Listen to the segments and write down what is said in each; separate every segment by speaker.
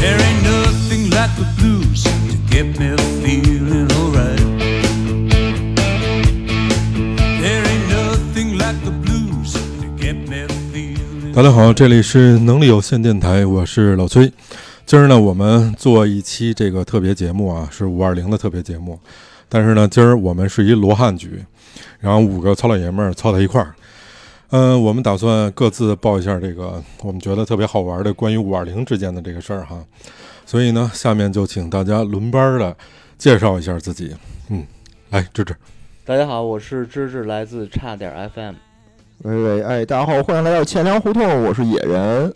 Speaker 1: There ain't nothing like the blues to get me feeling alright. There ain't nothing like the blues to get me feeling.
Speaker 2: 大家好，这里是能力有限电台，我是老崔。今儿呢，我们做一期这个特别节目啊，是五二零的特别节目。但是呢，今儿我们是一罗汉局，然后五个糙老爷们儿凑在一块儿。嗯、我们打算各自报一下这个我们觉得特别好玩的关于五二零之间的这个事儿哈。所以呢，下面就请大家轮班的介绍一下自己。嗯，来，芝芝，
Speaker 3: 大家好，我是芝芝，来自差点 FM。
Speaker 4: 喂喂，哎，大家好，欢迎来到钱粮胡同，我是野人。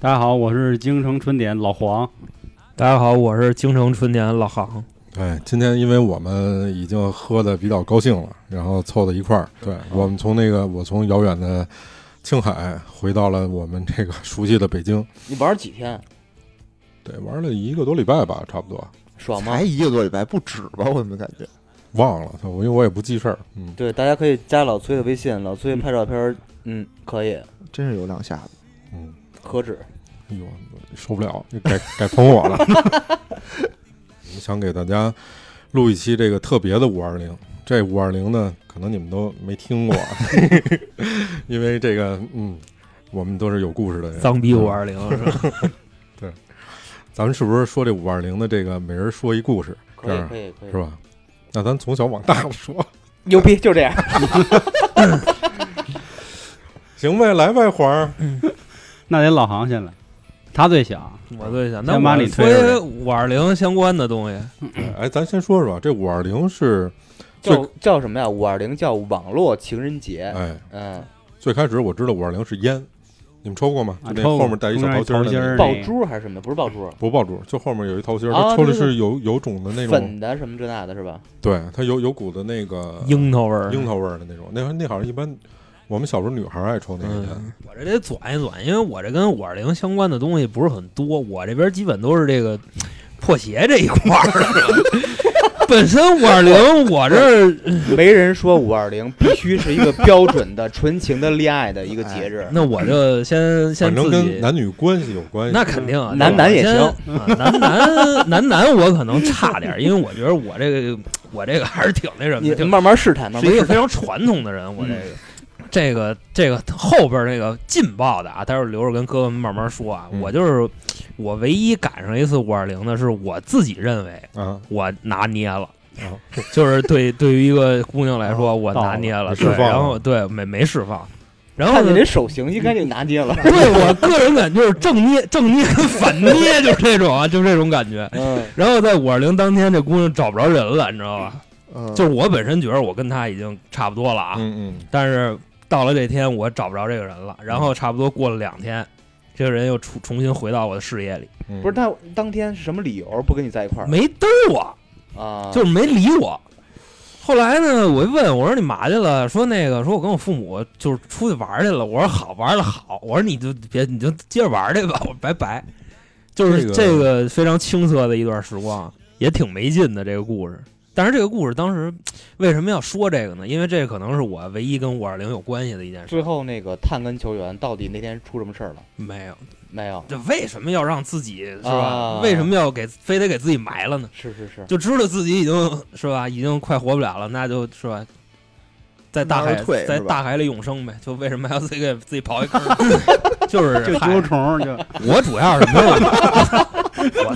Speaker 5: 大家好，我是京城春点老黄。
Speaker 6: 大家好，我是京城春年老航。
Speaker 2: 哎，今天因为我们已经喝的比较高兴了，然后凑到一块儿。对我们从那个我从遥远的青海回到了我们这个熟悉的北京，
Speaker 3: 你玩几天？
Speaker 2: 对，玩了一个多礼拜吧，差不多
Speaker 3: 爽吗
Speaker 4: 才？一个多礼拜，不止吧？我怎么感觉？
Speaker 2: 忘了，我因为我也不记事儿。嗯，
Speaker 3: 对，大家可以加老崔的微信，老崔拍照片儿，嗯，可以，
Speaker 4: 真是有两下子。
Speaker 3: 何止？
Speaker 2: 哎呦，受不了， 改改捧我了。我想给大家录一期这个特别的五二零，这五二零呢，可能你们都没听过， 因为这个，嗯，我们都是有故事的人。
Speaker 6: 脏逼五 二零是吧？
Speaker 2: 咱们是不是说这五二零的这个每人说一故事，
Speaker 3: 可
Speaker 2: 这
Speaker 3: 以，
Speaker 2: 样
Speaker 3: 可以，可以
Speaker 2: 是，吧？那咱从小往大了 说，
Speaker 3: 牛逼，就这样。
Speaker 2: 行呗，来呗，黄儿。
Speaker 5: 那得老航先来，他最小。
Speaker 6: 我最想，那
Speaker 5: 先把
Speaker 6: 我
Speaker 5: 你推出来
Speaker 6: 推五二零相关的东西。
Speaker 2: 哎，咱先说说吧，这五二零是最
Speaker 3: 叫叫什么呀？五二零叫网络情人节。
Speaker 2: 哎，
Speaker 3: 嗯，
Speaker 2: 最开始我知道五二零是烟，你们抽过吗？
Speaker 5: 啊
Speaker 2: 就那
Speaker 5: 抽过
Speaker 2: 后面带一小桃心儿的
Speaker 5: 中间一桃心
Speaker 2: 那
Speaker 5: 儿
Speaker 2: 个，
Speaker 3: 爆珠还是什么？不是爆珠，
Speaker 2: 不爆珠，就后面有一桃心儿，
Speaker 3: 啊
Speaker 2: 它抽的
Speaker 3: 对对
Speaker 2: 是有有种的那种，
Speaker 3: 粉的什么这那的，是吧？
Speaker 2: 对，它有有股的那个
Speaker 6: 樱桃味儿，
Speaker 2: 呃樱桃味儿的那种，那那好像一般我们小时候女孩儿爱抽那个烟
Speaker 6: 嗯，我这得转一转，因为我这跟五二零相关的东西不是很多，我这边基本都是这个破鞋这一块儿的。 本身五二零，我这儿
Speaker 3: 没人说五二零必须是一个标准的纯情的恋爱的一个节
Speaker 2: 哎
Speaker 3: 日。
Speaker 6: 那我就先先
Speaker 2: 反正
Speaker 6: 自
Speaker 2: 跟
Speaker 6: 己，
Speaker 2: 男女关系有关系。
Speaker 6: 那肯定啊，
Speaker 3: 男男嗯也
Speaker 6: 先
Speaker 3: 行
Speaker 6: 啊男男男男我可能差点儿，因为我觉得我这个我这个还是挺那什么
Speaker 3: 你
Speaker 6: 的，挺
Speaker 3: 慢慢试探，慢
Speaker 6: 是
Speaker 3: 慢
Speaker 6: 一
Speaker 3: 试
Speaker 6: 个
Speaker 3: 探。
Speaker 6: 非常传统的人，我这个。这个这个后边那个劲爆的啊，待会儿留着跟哥哥们慢慢说啊。
Speaker 2: 嗯
Speaker 6: 我就是我唯一赶上一次五二零的是我自己认为
Speaker 2: 啊，
Speaker 6: 我拿捏了
Speaker 2: 哦。
Speaker 6: 就是对对于一个姑娘来
Speaker 3: 哦
Speaker 6: 说，我
Speaker 5: 到
Speaker 6: 拿
Speaker 5: 了
Speaker 6: 捏了，
Speaker 2: 释
Speaker 6: 对，
Speaker 2: 放
Speaker 6: 然
Speaker 2: 了
Speaker 6: 后对没没释放，然后
Speaker 3: 看你
Speaker 6: 呢
Speaker 3: 这手型，应该就拿捏了。
Speaker 6: 对我个人感觉就是正捏正捏跟反捏就是这种啊，就是这种感觉。
Speaker 3: 嗯，
Speaker 6: 然后在五二零当天，这姑娘找不着人了，你知道吧？
Speaker 4: 嗯，
Speaker 6: 就是我本身觉得我跟她已经差不多了啊，
Speaker 2: 嗯嗯，
Speaker 6: 但是到了这天我找不着这个人了。然后差不多过了两天，这个人又重重新回到我的视野里，
Speaker 2: 嗯
Speaker 3: 不是，他当天是什么理由不跟你在一块儿
Speaker 6: 没嘚儿我，
Speaker 3: 嗯啊？
Speaker 6: 就是没理我。后来呢，我一问我说你嘛去了？说那个说我跟我父母就是出去玩儿去了。我说好玩的好，我说你就别你就接着玩儿去吧， 我说拜拜。就是
Speaker 2: 这
Speaker 6: 这个非常青涩的一段时光，也挺没劲的这个故事。但是这个故事当时为什么要说这个呢？因为这可能是我唯一跟五二零有关系的一件事。
Speaker 3: 最后那个探根球员到底那天出什么事儿了？
Speaker 6: 没有，
Speaker 3: 没有，
Speaker 6: 这为什么要让自己是吧？
Speaker 3: 啊
Speaker 6: 为什么要给非得给自己埋了呢？
Speaker 3: 是是是，
Speaker 6: 就知道自己已经是吧，已经快活不了了，那就是吧，在大
Speaker 4: 慢
Speaker 6: 海
Speaker 4: 慢退
Speaker 6: 在
Speaker 4: 是吧
Speaker 6: 大海里永生呗。就为什么还要自己给自己刨一坑儿？ 就是
Speaker 5: 就
Speaker 6: 嗨
Speaker 5: 揪虫，就
Speaker 6: 我主要是没有，我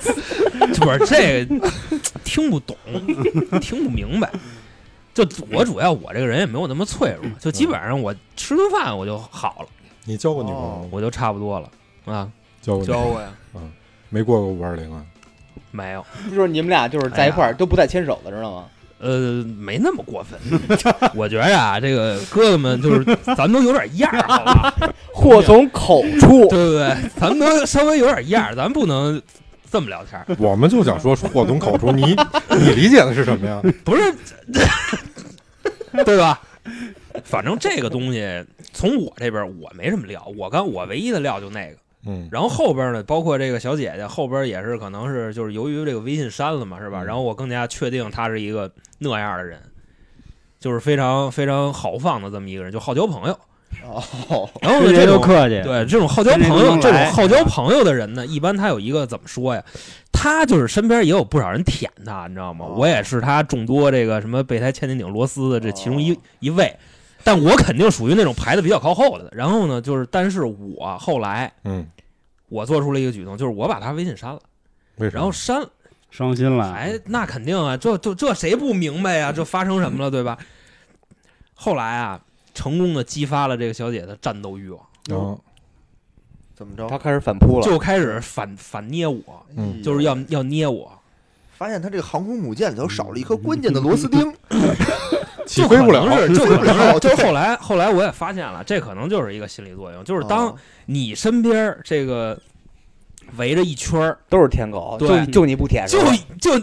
Speaker 6: 不是这个听不懂，听不明白。就我主要我这个人也没有那么脆弱，就基本上我吃顿饭我就好了，
Speaker 2: 你交过女朋友吗？
Speaker 6: 我就差不多了啊。
Speaker 3: 哦
Speaker 2: 交过女朋友，
Speaker 6: 过呀？
Speaker 2: 没过过五二零啊？
Speaker 6: 没有，
Speaker 3: 就是你们俩就是在一块儿都不带牵手的，知道吗？
Speaker 6: 呃，没那么过分。 我觉着啊，这个哥哥们就是咱们都有点样儿，好吧？
Speaker 3: 祸从口出，
Speaker 6: 对不对？咱们都稍微有点样儿，咱不能这么聊天儿。
Speaker 2: 我们就想说祸从口出，你 你理解的是什么呀？
Speaker 6: 不是，对吧？反正这个东西从我这边儿我没什么料，我刚我唯一的料就那个，
Speaker 2: 嗯
Speaker 6: 然后后边呢，包括这个小姐姐后边也是可能是就是由于这个微信删了嘛，是吧？
Speaker 2: 嗯
Speaker 6: 然后我更加确定她是一个那样的人，就是非常非常豪放的这么一个人，就好交朋友。
Speaker 3: 哦，
Speaker 6: 然后呢，
Speaker 5: 对
Speaker 6: 这
Speaker 5: 这就
Speaker 6: 种
Speaker 5: 客气，
Speaker 6: 对这种好交
Speaker 5: 跟
Speaker 6: 朋
Speaker 5: 人
Speaker 6: 友
Speaker 5: 能
Speaker 6: 这种
Speaker 5: 来
Speaker 6: 好交朋友的人呢，一般他有一个怎么说呀？他就是身边也有不少人舔他，你知道吗？
Speaker 3: 哦
Speaker 6: 我也是他众多这个什么备胎千斤顶螺丝的这其中一、
Speaker 3: 哦
Speaker 6: 一位。但我肯定属于那种排的比较靠后的。然后呢，就是但是我后来
Speaker 2: 嗯，
Speaker 6: 我做出了一个举动，就是我把他微信删了，
Speaker 2: 为什
Speaker 6: 然后
Speaker 2: 么？
Speaker 6: 删了，
Speaker 5: 伤心了。
Speaker 6: 哎，那肯定啊，这这这谁不明白呀、这发生什么了，对吧？后来啊，成功的激发了这个小姐的战斗欲望，
Speaker 2: 然后
Speaker 4: 怎么着？哎
Speaker 3: 他开始反扑了，
Speaker 6: 就开始反反捏我，
Speaker 2: 嗯
Speaker 6: 就是要要捏我，
Speaker 4: 发现他这个航空母舰里头少了一颗关键的螺丝 钉，
Speaker 2: 起飞不
Speaker 6: 就可
Speaker 2: 了，
Speaker 6: 能是就可
Speaker 4: 飞不
Speaker 6: 能
Speaker 4: 了
Speaker 6: 是，就是后来后来我也发现了，这可能就是一个心理作用， 就是当
Speaker 4: 啊
Speaker 6: 你身边儿这个围着一圈儿，
Speaker 3: 都是舔狗，
Speaker 6: 对
Speaker 3: 就就你不舔是
Speaker 6: 就
Speaker 3: 吧？
Speaker 6: 就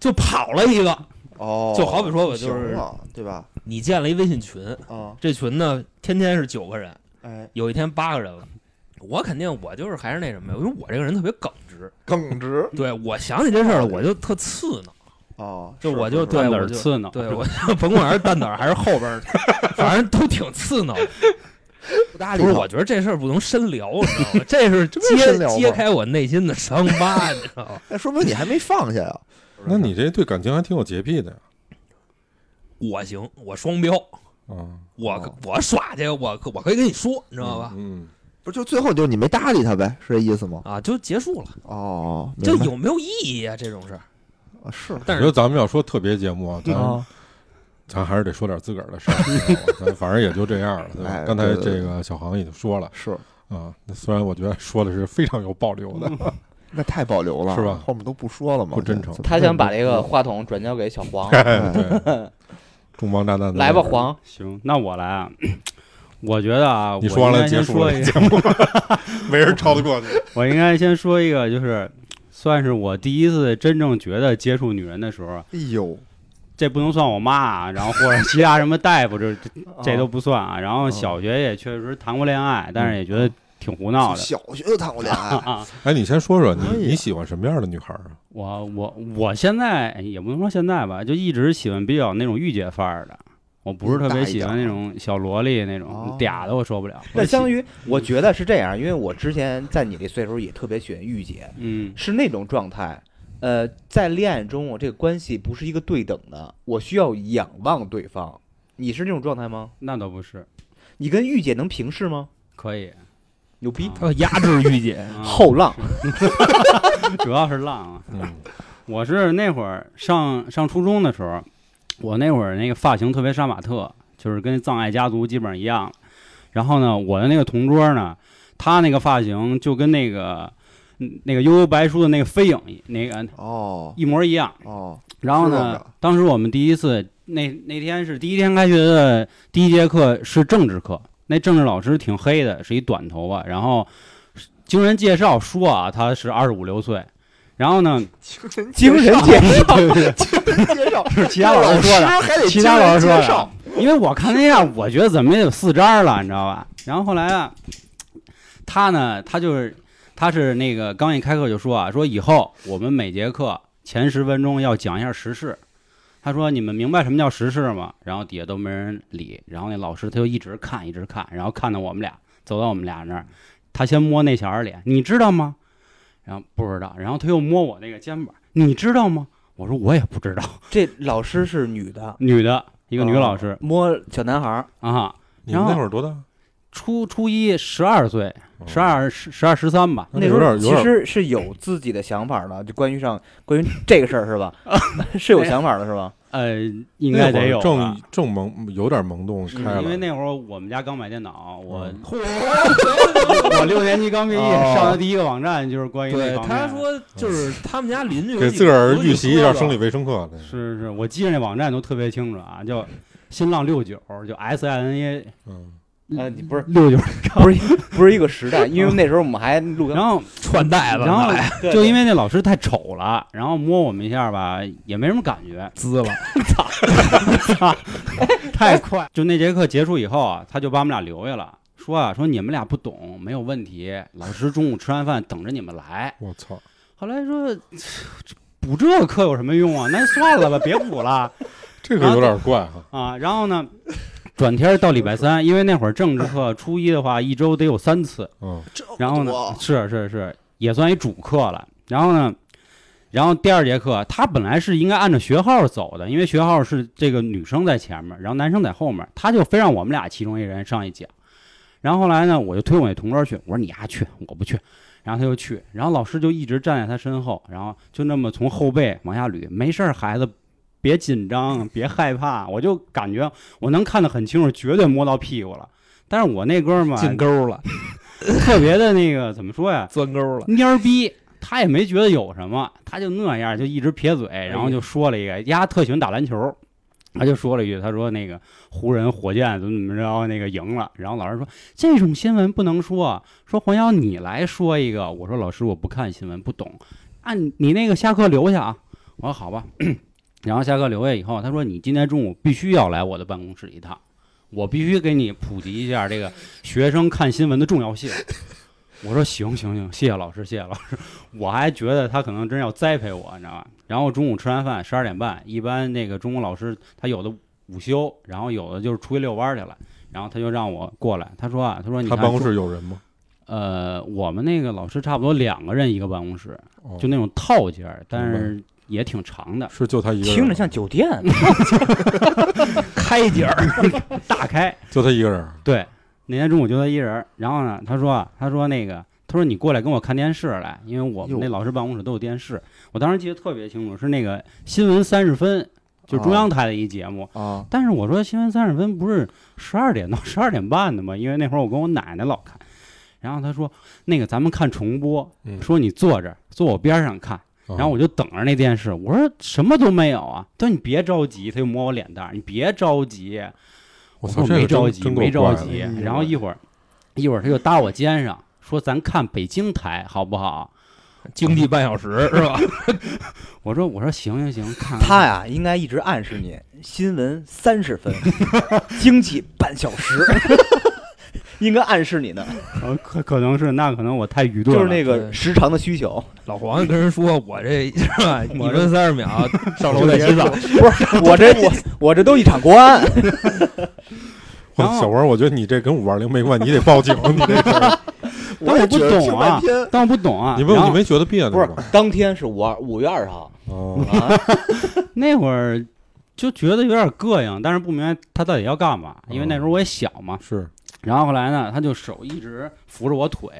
Speaker 6: 就跑了一个，
Speaker 4: 哦，
Speaker 6: 就好比说我就
Speaker 4: 行
Speaker 6: 是嗯
Speaker 4: 了，对吧？
Speaker 6: 你建了一微信群，
Speaker 4: 啊，
Speaker 6: 这群呢天天是九个人，
Speaker 4: 哎，
Speaker 6: 有一天八个人了。我肯定，我就是还是那什么，因为我这个人特别耿直，
Speaker 4: 耿直
Speaker 6: 对我想起这事儿了，我就特刺挠，
Speaker 4: 哦，
Speaker 6: 就是我
Speaker 4: 是
Speaker 6: 就是对
Speaker 5: 蛋
Speaker 6: 我
Speaker 5: 儿
Speaker 6: 就
Speaker 5: 刺挠，
Speaker 6: 对我甭管是蛋蛋儿还是后边 儿，反正都挺刺挠。
Speaker 4: 不搭理
Speaker 6: 不是，
Speaker 4: 他，
Speaker 6: 我觉得这事儿不能深聊，你知道吗？这是
Speaker 4: 这不是深
Speaker 6: 揭
Speaker 4: 聊吗
Speaker 6: 揭开我内心的伤疤，你知道吗？
Speaker 4: 那哎说明你还没放下呀。
Speaker 2: 那你这对感情还挺有洁癖的呀，
Speaker 6: 我行，我双标，
Speaker 2: 啊，
Speaker 6: 我
Speaker 4: 哦
Speaker 6: 我耍去，我可我可以跟你说，你知道吧？
Speaker 2: 嗯，
Speaker 4: 不是，就最后就是你没搭理他呗，是这意思吗？
Speaker 6: 啊，就结束了，
Speaker 4: 哦，
Speaker 6: 这
Speaker 4: 明白
Speaker 6: 有没有意义啊？这种事儿，
Speaker 4: 啊是
Speaker 2: 我
Speaker 6: 但
Speaker 2: 觉得
Speaker 6: 是
Speaker 2: 咱们要说特别节目啊，
Speaker 3: 嗯
Speaker 2: 咱
Speaker 4: 啊，
Speaker 2: 咱还是得说点自个儿的事儿，你知道吗咱 反正也就这样了。对吧
Speaker 4: 哎？
Speaker 2: 刚才
Speaker 4: 对对
Speaker 2: 这个小航已经说了
Speaker 4: 是
Speaker 2: 啊，那虽然我觉得说的是非常有保留的，
Speaker 4: 那太保留了，
Speaker 2: 是吧
Speaker 4: 后面都不说了嘛，
Speaker 2: 不真诚
Speaker 4: 怎么
Speaker 3: 他想把这个话筒转交给小黄，
Speaker 4: 哎
Speaker 2: 对，重磅炸弹
Speaker 3: 来吧，，黄，
Speaker 5: 行，那我来啊。 我觉得啊，
Speaker 2: 你
Speaker 5: 我
Speaker 2: 说完
Speaker 5: 应
Speaker 2: 了
Speaker 5: 该
Speaker 2: 结
Speaker 5: 先
Speaker 2: 束
Speaker 5: 说
Speaker 2: 了
Speaker 5: 一
Speaker 2: 节
Speaker 5: 个，
Speaker 2: 目， 没人超得过去。
Speaker 5: 我应该先说一个，就是算是我第一次真正觉得接触女人的时候，
Speaker 4: 哎呦，
Speaker 5: 这不能算我妈啊，然后或者其他什么大夫，这这
Speaker 6: 哦
Speaker 5: 这都不算啊。然后小学也确实谈过恋爱，但是也觉得挺胡闹的。
Speaker 4: 小学就谈过恋爱，
Speaker 2: 哎，你先说说你
Speaker 4: 可以啊
Speaker 2: 你喜欢什么样的女孩儿啊？
Speaker 5: 我我我现在哎也不能说现在吧，就一直喜欢比较那种御姐范儿的，我不是特别喜欢那种小萝莉那
Speaker 4: 哦
Speaker 5: 种嗲的，我受不了。
Speaker 3: 那相当
Speaker 5: 于
Speaker 3: 于我觉得是这样，因为我之前在你这岁数也特别喜欢御姐，
Speaker 5: 嗯
Speaker 3: 是那种状态。呃，在恋爱中，我这个关系不是一个对等的，我需要仰望对方。你是那种状态吗？
Speaker 5: 那倒不是，
Speaker 3: 你跟御姐能平视吗？
Speaker 5: 可以。
Speaker 3: 牛逼！
Speaker 5: 啊
Speaker 6: 要压制御姐，
Speaker 5: 啊
Speaker 3: 后浪
Speaker 5: 主要是浪啊。
Speaker 2: 嗯
Speaker 5: 我是那会儿上上初中的时候，我那会儿那个发型特别杀马特，就是跟藏爱家族基本上一样了。然后呢，我的那个同桌呢，他那个发型就跟那个嗯那个悠悠白书的那个飞影一那个
Speaker 4: 哦
Speaker 5: 一模一样。
Speaker 4: 哦，
Speaker 5: 然后
Speaker 4: 知道
Speaker 5: 呢
Speaker 4: 的，
Speaker 5: 当时我们第一次那那天是第一天开学的第一节课是政治课，那政治老师挺黑的，是一短头发，然后经人介绍说啊，他是二十五六岁。然后 呢，
Speaker 4: 精神
Speaker 3: 精神介 绍，
Speaker 4: 介 绍，
Speaker 5: 是其他老师说的，
Speaker 4: 还得
Speaker 5: 其他老
Speaker 4: 精神
Speaker 5: 师说
Speaker 4: 介绍
Speaker 5: 的，因为我看那样，我觉得怎么也有四张了，你知道吧？然后后来啊，他呢，他就是他是那个刚一开课就说啊，说以后我们每节课前十分钟要讲一下时事。他说：“你们明白什么叫时事吗？”然后底下都没人理，然后那老师他就一直看，一直看，然后看到我们俩走到我们俩那儿，他先摸那小孩脸，你知道吗？然后不知道，然后他又摸我那个肩膀，你知道吗？我说我也不知道。
Speaker 3: 这老师是女的，
Speaker 5: 女的，一个女
Speaker 3: 哦
Speaker 5: 老师
Speaker 3: 摸小男孩儿，
Speaker 5: 啊，
Speaker 2: 你们
Speaker 5: 然后
Speaker 2: 那会儿多大？哦
Speaker 5: 初初一十二岁，十二十十二十三吧，
Speaker 2: 那
Speaker 3: 那时
Speaker 2: 有点
Speaker 3: 候
Speaker 2: 有
Speaker 3: 其
Speaker 2: 点
Speaker 3: 实是有自己的想法的，就关于上关于这个事儿是吧？ 是有想法的是吧？
Speaker 5: 呃，应该得有
Speaker 2: 那会
Speaker 5: 吧
Speaker 2: 儿正正萌，有点萌动
Speaker 5: 嗯
Speaker 2: 开了，
Speaker 5: 因为那会儿我们家刚买电脑，我
Speaker 2: 嗯
Speaker 5: 我六年级刚毕业，上的第一个网站就是关于
Speaker 6: 嗯哦对
Speaker 5: 那方面
Speaker 6: 他说就是他们家邻居有
Speaker 2: 给
Speaker 6: 几
Speaker 2: 自个儿
Speaker 6: 有几
Speaker 2: 预习一下
Speaker 6: 哥哥
Speaker 2: 生理卫生课。
Speaker 5: 是是，我记着那网站都特别清楚啊，叫新浪六九，就 S I N A
Speaker 2: 嗯，
Speaker 3: 啊，你不是
Speaker 5: 六九，
Speaker 3: 不是不是一个时代，因为那时候我们还录
Speaker 5: 然 后
Speaker 6: 穿戴了，
Speaker 5: 然后
Speaker 6: 哎
Speaker 5: 就因为那老师太丑了，然后摸我们一下吧，也没什么感觉，
Speaker 6: 滋 了，
Speaker 5: 太快！就那节课结束以后啊，他就把我们俩留下了，说啊，说你们俩不懂没有问题，老师中午吃完饭等着你们来。
Speaker 2: 我操，
Speaker 5: 后来说 这补这课有什么用啊？那算了吧，别补了
Speaker 2: 这个有点怪哈、
Speaker 5: 啊。然后呢，转天到礼拜三，因为那会儿政治课初一的话，一周得有三次。
Speaker 2: 嗯，
Speaker 5: 然后呢，是是是，也算一主课了。然后呢，然后第二节课，他本来是应该按照学号走的，因为学号是这个女生在前面，然后男生在后面，他就非让我们俩其中一人上去讲。然后后来呢，我就推我那同桌去，我说你丫去，我不去。然后他就去，然后老师就一直站在他身后，然后就那么从后背往下捋，没事儿，孩子，别紧张，别害怕。我就感觉我能看得很清楚，绝对摸到屁股了。但是我那哥们儿
Speaker 6: 进
Speaker 5: 吧
Speaker 6: 沟了，
Speaker 5: 特别的那个怎么说呀？
Speaker 6: 钻沟了。
Speaker 5: 蔫儿逼，他也没觉得有什么，他就那样，就一直撇嘴，然后就说了一个，丫特喜欢打篮球，他就说了一句，他说那个湖人、火箭怎么怎么着，那个赢了，然后老师说这种新闻不能说啊，说黄瑶你来说一个，我说老师我不看新闻，不懂，按、你那个下课留下啊，我说好吧，然后下课留下以后，他说你今天中午必须要来我的办公室一趟。我必须给你普及一下这个学生看新闻的重要性。我说行行行，谢谢老师，谢谢老师。我还觉得他可能真要栽培我，你知道吧？然后中午吃完饭，十二点半，一般那个中国老师他有的午休，然后有的就是出去遛弯儿去了，然后他就让我过来，他说啊，他说你
Speaker 2: 他
Speaker 5: 看
Speaker 2: 办公
Speaker 5: 中
Speaker 2: 室有人吗？
Speaker 5: 呃，我们那个老师差不多两个人一个办公室，
Speaker 2: 哦、
Speaker 5: 就那种套间儿，但
Speaker 2: 明白
Speaker 5: 是也挺长的，
Speaker 2: 是就他一个人，啊
Speaker 3: 听着像酒店，
Speaker 6: 开景儿，
Speaker 5: 大开。
Speaker 2: 就他一个人啊儿，
Speaker 5: 对，那天中午就他一人儿。然后呢，他说啊，他说那个，他说你过来跟我看电视来，因为我们
Speaker 4: 哟
Speaker 5: 那老师办公室都有电视。我当时记得特别清楚，是那个新闻三十分，就是中央台的一节目。
Speaker 4: 啊，
Speaker 5: 但是我说新闻三十分不是十二点到 十二点半的吗？因为那会儿我跟我奶奶老看。然后他说那个咱们看重播，
Speaker 2: 嗯哦
Speaker 5: 说你坐这儿，坐我边儿上看。然后我
Speaker 2: 我
Speaker 5: 就等着那电视，我说什么都没有啊。他说你别着急，他就摸我脸蛋儿，你别着急。
Speaker 2: 哦我操，
Speaker 5: 我
Speaker 2: 这
Speaker 5: 哦没
Speaker 2: 个真
Speaker 5: 着急，
Speaker 2: 真够
Speaker 5: 没
Speaker 2: 怪
Speaker 5: 着
Speaker 2: 的
Speaker 5: 急
Speaker 4: 哎呦。
Speaker 5: 然后一会儿，一会儿他就搭我肩上说：“咱看北京台好不好
Speaker 6: 经济半小时是吧？？”
Speaker 5: 我说：“我说行行行，看
Speaker 3: 他
Speaker 5: 呀，
Speaker 3: 呀应该一直暗示你，新闻三十分， 经济半小时， 应该暗示你呢，
Speaker 5: 呃可可能是那可能我太愚钝
Speaker 3: 就是
Speaker 5: 了，
Speaker 3: 那个
Speaker 6: 对
Speaker 3: 时长的需求。
Speaker 6: 老黄跟人说，我这是吧？一
Speaker 5: 我这
Speaker 6: 分三十秒上楼
Speaker 5: 就
Speaker 6: 再
Speaker 5: 别
Speaker 6: 洗澡，
Speaker 3: 不是 我这我我这都一场国安，
Speaker 2: 我
Speaker 5: 然后
Speaker 2: 小王，我觉得你这跟五二零没关系，你得报 警，你这事儿，
Speaker 5: 但我不
Speaker 4: 也觉得听
Speaker 5: 懂啊
Speaker 4: 半天，
Speaker 5: 但我不懂啊。
Speaker 2: 你
Speaker 5: 然
Speaker 2: 问你
Speaker 5: 后
Speaker 2: 没觉得别扭
Speaker 3: 不是
Speaker 2: 吗？
Speaker 3: 当天是五二五月二十号
Speaker 2: 哦，
Speaker 3: 啊，
Speaker 5: 那会儿就觉得有点膈应，但是不明白他到底要干嘛，因为那时候我也小嘛。
Speaker 2: 是
Speaker 5: 然后后来呢，他就手一直扶着我腿，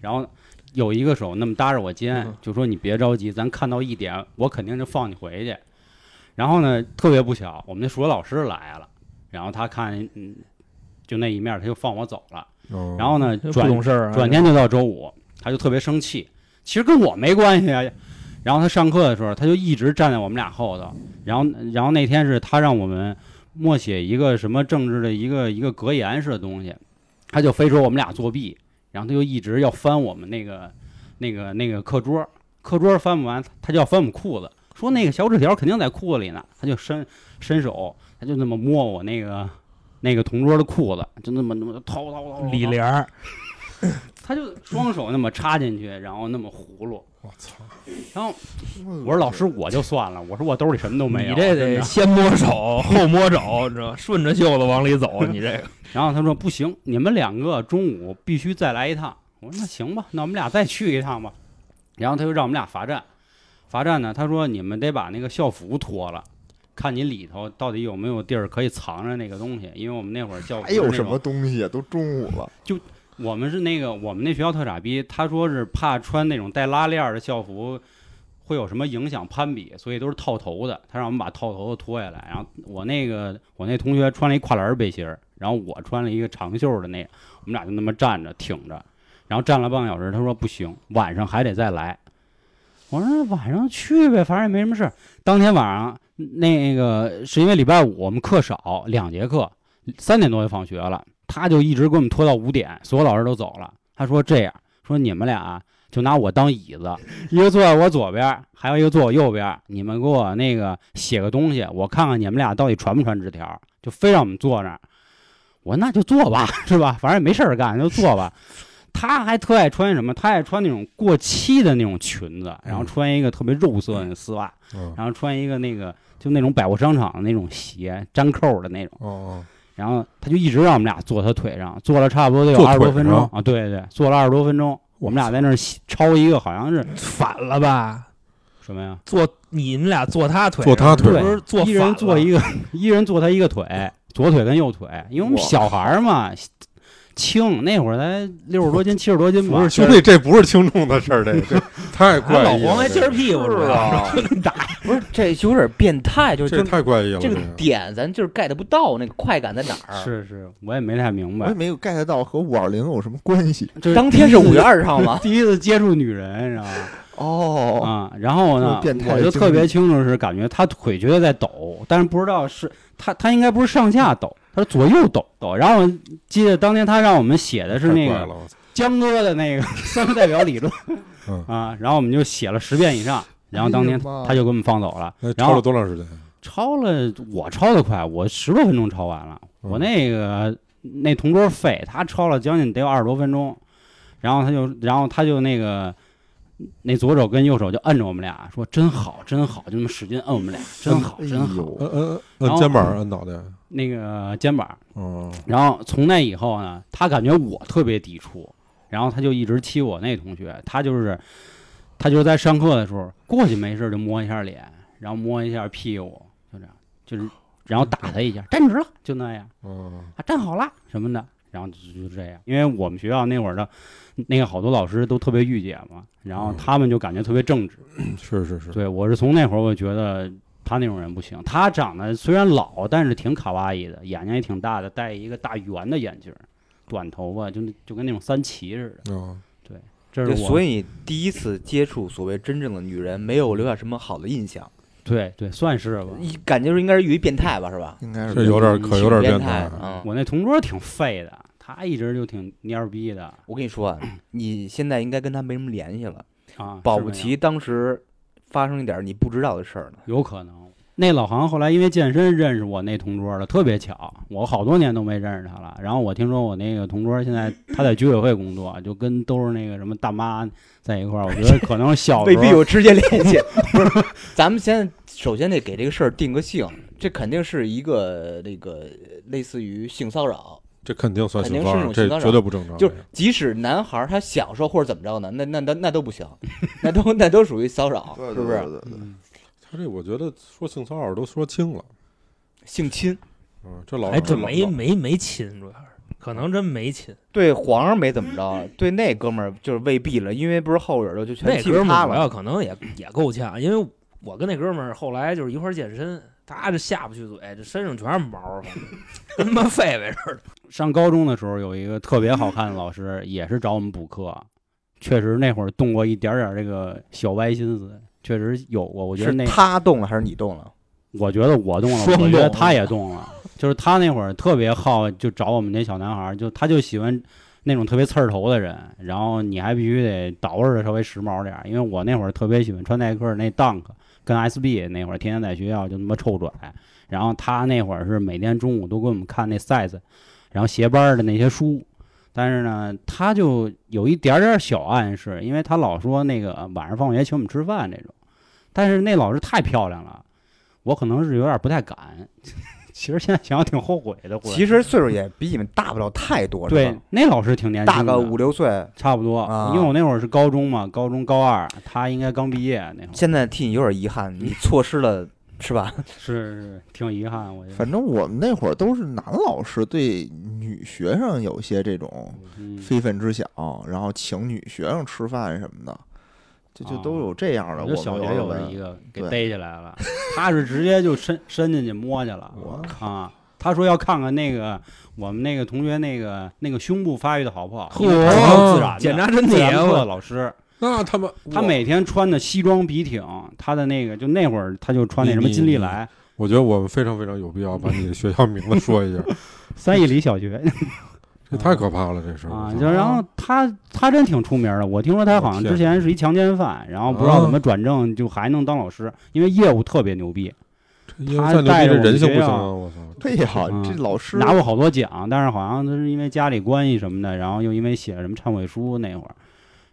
Speaker 5: 然后有一个手那么搭着我肩
Speaker 2: 嗯，
Speaker 5: 就说你别着急，咱看到一点，我肯定就放你回去。然后呢，特别不巧，我们那数学老师来了，然后他看，嗯，就那一面，他就放我走了。
Speaker 2: 哦，
Speaker 5: 然后呢，
Speaker 6: 不
Speaker 5: 转
Speaker 6: 懂事儿啊。
Speaker 5: 转天就到周五，他就特别生气，其实跟我没关系啊。然后他上课的时候，他就一直站在我们俩后头。然后，然后那天是他让我们默写一个什么政治的一个一个格言似的东西，他就非说我们俩作弊，然后他就一直要翻我们那个那个那个课桌，课桌翻不完，他就要翻我们裤子，说那个小纸条肯定在裤子里呢，他就伸伸手，他就那么摸我那个那个同桌的裤子，就那么那么掏掏掏掏，
Speaker 6: 李莲儿，
Speaker 5: 他就双手那么插进去，然后那么葫芦。
Speaker 2: 我操，
Speaker 5: 然后我说老师，我就算了，我说我兜里什么都没有。
Speaker 6: 嗯你这
Speaker 5: 真
Speaker 6: 得
Speaker 5: 的
Speaker 6: 先摸手后摸肘，你知道吗？顺着袖子往里走，啊你这个
Speaker 5: 然后他说不行，你们两个中午必须再来一趟。我说那行吧，那我们俩再去一趟吧。然后他就让我们俩罚站，罚站呢，他说你们得把那个校服脱了，看你里头到底有没有地儿可以藏着那个东西，因为我们那会儿校服
Speaker 4: 还
Speaker 5: 是
Speaker 4: 哎有
Speaker 5: 那
Speaker 4: 什么
Speaker 5: 种。
Speaker 4: 东西啊？都中午了，
Speaker 5: 我们是那个我们那学校特傻逼，他说是怕穿那种带拉链儿的校服会有什么影响攀比，所以都是套头的。他让我们把套头的脱下来，然后我那个我那同学穿了一跨栏儿背心儿，然后我穿了一个长袖儿的那个，我们俩就那么站着挺着，然后站了半个小时，他说不行，晚上还得再来。我说晚上去呗，反正也没什么事儿。当天晚上那个是因为礼拜五我们课少，两节课，三点多就放学了，他就一直给我们拖到五点，所有老师都走了。他说这样，说你们俩啊就拿我当椅子，一个坐在我左边，还有一个坐我右边，你们给我那个写个东西，我看看你们俩到底传不传纸条，就非让我们坐那儿。我说那就做吧， 是吧？反正也没事儿干，就做吧。他还特爱穿什么？他爱穿那种过膝的那种裙子，然后穿一个特别肉色的丝袜，
Speaker 2: 嗯
Speaker 5: 然后穿一个那个就那种百货商场的那种鞋，粘扣的那种。
Speaker 2: 哦
Speaker 5: 然后他就一直让我们俩坐他腿上，坐了差不多得有
Speaker 2: 坐
Speaker 5: 二十多
Speaker 2: 腿
Speaker 5: 分钟
Speaker 2: 上
Speaker 5: 啊，对对对，坐了二十多分钟，我们俩在那儿洗抄一个，好像是
Speaker 6: 反了吧？
Speaker 5: 什么呀？
Speaker 6: 坐你们俩坐他腿
Speaker 2: 坐
Speaker 6: 上，
Speaker 2: 他腿
Speaker 5: 上
Speaker 6: 不是坐
Speaker 5: 一
Speaker 6: 反
Speaker 5: 人
Speaker 6: 了
Speaker 5: 坐一个，一人坐他一个腿，左腿跟右腿，因为我们
Speaker 4: 哇
Speaker 5: 小孩儿嘛，轻，那会儿才六十多斤、七十多斤吧
Speaker 2: 不是，兄弟，这不是轻重的事儿，这这太
Speaker 6: 俺
Speaker 2: 怪
Speaker 6: 老
Speaker 2: 异
Speaker 6: 黄
Speaker 2: 了
Speaker 6: 还，
Speaker 2: 这
Speaker 6: 撅着屁股是吧？
Speaker 3: 啊，不是这有点变态，就
Speaker 2: 这
Speaker 3: 就
Speaker 2: 太怪异了，
Speaker 3: 这个
Speaker 2: 个
Speaker 3: 点咱就是 get 不到那个快感在哪儿。
Speaker 5: 是是，我也没太明
Speaker 4: 我也
Speaker 5: 白。
Speaker 4: 没有 get 到和五二零有什么关系
Speaker 5: 就是
Speaker 3: 当天是五月二十号吗？
Speaker 5: 第一次接触女人，你知道吗？
Speaker 4: 哦。
Speaker 5: 啊，然后
Speaker 4: 就
Speaker 5: 呢，
Speaker 4: 是变态
Speaker 5: 我
Speaker 4: 的
Speaker 5: 就
Speaker 4: 经
Speaker 5: 特
Speaker 4: 历
Speaker 5: 别清楚是感觉他腿觉得在抖，但是不知道是他他应该不是上下抖，他是左右抖抖。然后我记得当天他让我们写的是那
Speaker 2: 太怪
Speaker 5: 个
Speaker 2: 了我操
Speaker 5: 江哥 的那个三个代表理论
Speaker 2: 嗯
Speaker 5: 啊，然后我们就写了十遍以上，然后当天
Speaker 4: 哎呀妈
Speaker 5: 他就给我们放走了
Speaker 2: 那，
Speaker 5: 然
Speaker 2: 抄了
Speaker 5: 后
Speaker 2: 多长时间？
Speaker 5: 抄了我抄的快，我十多分钟抄完了，
Speaker 2: 嗯
Speaker 5: 我那个那同桌废，他抄了将近得有二十多分钟，然后他就然后他就那个那左手跟右手就摁着我们俩说真好真好，就那么使劲摁我们俩，真好真
Speaker 4: 哎
Speaker 5: 好，
Speaker 4: 呦
Speaker 2: 嗯嗯
Speaker 5: 然
Speaker 2: 嗯，
Speaker 5: 后
Speaker 2: 肩膀摁脑袋，
Speaker 5: 那个肩膀，
Speaker 2: 嗯，
Speaker 5: 然后从那以后呢，他感觉我特别抵触，然后他就一直欺负我那同学，他就是他就是在上课的时候过去没事就摸一下脸，然后摸一下屁股，就这样，就是然后打他一下，站直了，就那样
Speaker 2: 哦，
Speaker 5: 啊，站好了什么的，然后就就这样。因为我们学校那会儿的那个好多老师都特别御姐嘛，然后他们就感觉特别正直。
Speaker 2: 是是是，
Speaker 5: 对我是从那会儿我觉得。他那种人不行，他长得虽然老，但是挺卡哇伊的，眼睛也挺大的，戴一个大圆的眼镜儿，短头发，就那就跟那种三旗似的。
Speaker 2: 嗯，
Speaker 5: 这 是
Speaker 3: 对，
Speaker 5: 我
Speaker 3: 所以第一次接触所谓真正的女人，没有留下什么好的印象，
Speaker 5: 对对，算是吧。
Speaker 3: 一感觉应该是于变态吧，是吧？
Speaker 4: 应该
Speaker 2: 嗯这有点可有点
Speaker 3: 变
Speaker 2: 变态，啊
Speaker 3: 嗯，
Speaker 5: 我那同桌挺废的，他一直就挺蔫儿逼的
Speaker 3: 我跟你说啊，你现在应该跟他没什么联系了，
Speaker 5: 啊，
Speaker 3: 保
Speaker 5: 是
Speaker 3: 不
Speaker 5: 这样
Speaker 3: 齐当时发生一点你不知道的事儿呢。
Speaker 5: 有可能。那老行后来因为健身认识我那同桌了，特别巧，我好多年都没认识他了。然后我听说我那个同桌现在他在居委会工作，就跟都是那个什么大妈在一块儿。我觉得可能小
Speaker 3: 未
Speaker 5: 时
Speaker 3: 必
Speaker 5: 候
Speaker 3: 有直接联系。不是，咱们先首先得给这个事儿定个性，这肯定是一个那个类似于性骚扰，
Speaker 2: 这肯定算
Speaker 3: 肯
Speaker 2: 性
Speaker 3: 定
Speaker 2: 骚
Speaker 3: 是
Speaker 2: 扰，
Speaker 3: 种
Speaker 2: 这
Speaker 3: 性骚
Speaker 2: 绝
Speaker 3: 扰
Speaker 2: 对不正常，
Speaker 3: 就是即使男孩儿他小时候或者怎么着呢，那那那那都不行，那都那都属于骚扰，
Speaker 4: 对
Speaker 3: 是不是？
Speaker 4: 对对
Speaker 5: 嗯
Speaker 4: 对
Speaker 2: 他这我觉得说性骚扰都说轻了，
Speaker 3: 性侵？
Speaker 2: 嗯，这老
Speaker 6: 还真
Speaker 2: 老
Speaker 6: 哎没
Speaker 2: 老
Speaker 6: 没没亲，主要是可能真没亲。
Speaker 3: 对皇上没怎么着，对那哥们儿就是未必了，因为不是后边儿就全
Speaker 6: 那
Speaker 3: 欺
Speaker 6: 哥
Speaker 3: 负
Speaker 6: 们
Speaker 3: 他
Speaker 6: 儿主要
Speaker 3: 了。
Speaker 6: 可能也也够呛，因为我跟那哥们儿后来就是一块儿健身，他这下不去嘴，这身上全是毛儿，反正跟他妈狒狒似的。
Speaker 5: 上高中的时候有一个特别好看的老师，也是找我们补课，确实那会儿动过一点点这个小歪心思，确实有过。我觉得
Speaker 3: 是
Speaker 5: 那
Speaker 3: 他动了还是你动了？
Speaker 5: 我觉得我动了，
Speaker 3: 双
Speaker 5: 我觉得
Speaker 3: 动
Speaker 5: 他也动了。就是他那会儿特别好，就找我们那小男孩儿，就他就喜欢那种特别刺儿头的人，然后你还必须得捯饬的稍微时髦点儿。因为我那会儿特别喜欢穿耐克儿那 Dunk 跟 SB，那会儿天天在学校就他妈臭拽。然后他那会儿是每天中午都给我们看那 size，然后鞋班儿的那些书。但是呢，他就有一点点小暗示，因为他老说那个呃晚上放学请我们吃饭这种。但是那老师太漂亮了，我可能是有点不太敢。 其实现在想想挺后悔的。忽然
Speaker 3: 其实岁数也比你们大不了太多，是吧
Speaker 5: 对，那老师挺年轻
Speaker 3: 大
Speaker 5: 的，
Speaker 3: 个五六岁，
Speaker 5: 差不多、
Speaker 3: 啊
Speaker 5: 因为我那会儿是高中嘛，高中高二，他应该刚毕业那会儿，
Speaker 3: 现在替你有点遗憾，你错失了是 吧？
Speaker 5: 是是是挺遗憾，我觉得。
Speaker 4: 反正我们那会儿都是男老师对女学生有些这种
Speaker 5: 嗯
Speaker 4: 非分之想，然后请女学生吃饭什么的，就就都有这样的。
Speaker 5: 我
Speaker 4: 我
Speaker 5: 就小
Speaker 4: 们
Speaker 5: 学有
Speaker 4: 的
Speaker 5: 这一个给
Speaker 4: 对
Speaker 5: 逮起来了，他是直接就伸伸进去摸去了，
Speaker 4: 我
Speaker 5: 啊，他说要看看那个我们那个同学那个那个胸部发育的好不好，
Speaker 6: 嚯
Speaker 5: 因为他是自然的
Speaker 6: 哦检查身体啊
Speaker 5: 自然课
Speaker 6: 我
Speaker 5: 老师，
Speaker 2: 那他妈
Speaker 5: 他每天穿的西装笔挺，他的那个就那会儿他就穿那什么
Speaker 2: 你
Speaker 5: 金利
Speaker 2: 你
Speaker 5: 来
Speaker 2: 我觉得我们非常非常有必要把你的学校名字说一下，
Speaker 5: 三义里小学
Speaker 2: 这太可怕了，这事儿
Speaker 5: 啊
Speaker 2: 我，操
Speaker 5: 就然后他他真挺出名的，我听说他好像之
Speaker 6: 啊
Speaker 5: 前是一强奸犯，然后不知道怎么转正就还能当老师，因为业务特别牛逼。
Speaker 2: 因为再牛逼这人性不行啊！我操，
Speaker 4: 对呀、
Speaker 5: 嗯
Speaker 4: 这老师
Speaker 5: 拿过好多奖，但是好像都是因为家里关系什么的，然后又因为写了什么忏悔书那会儿，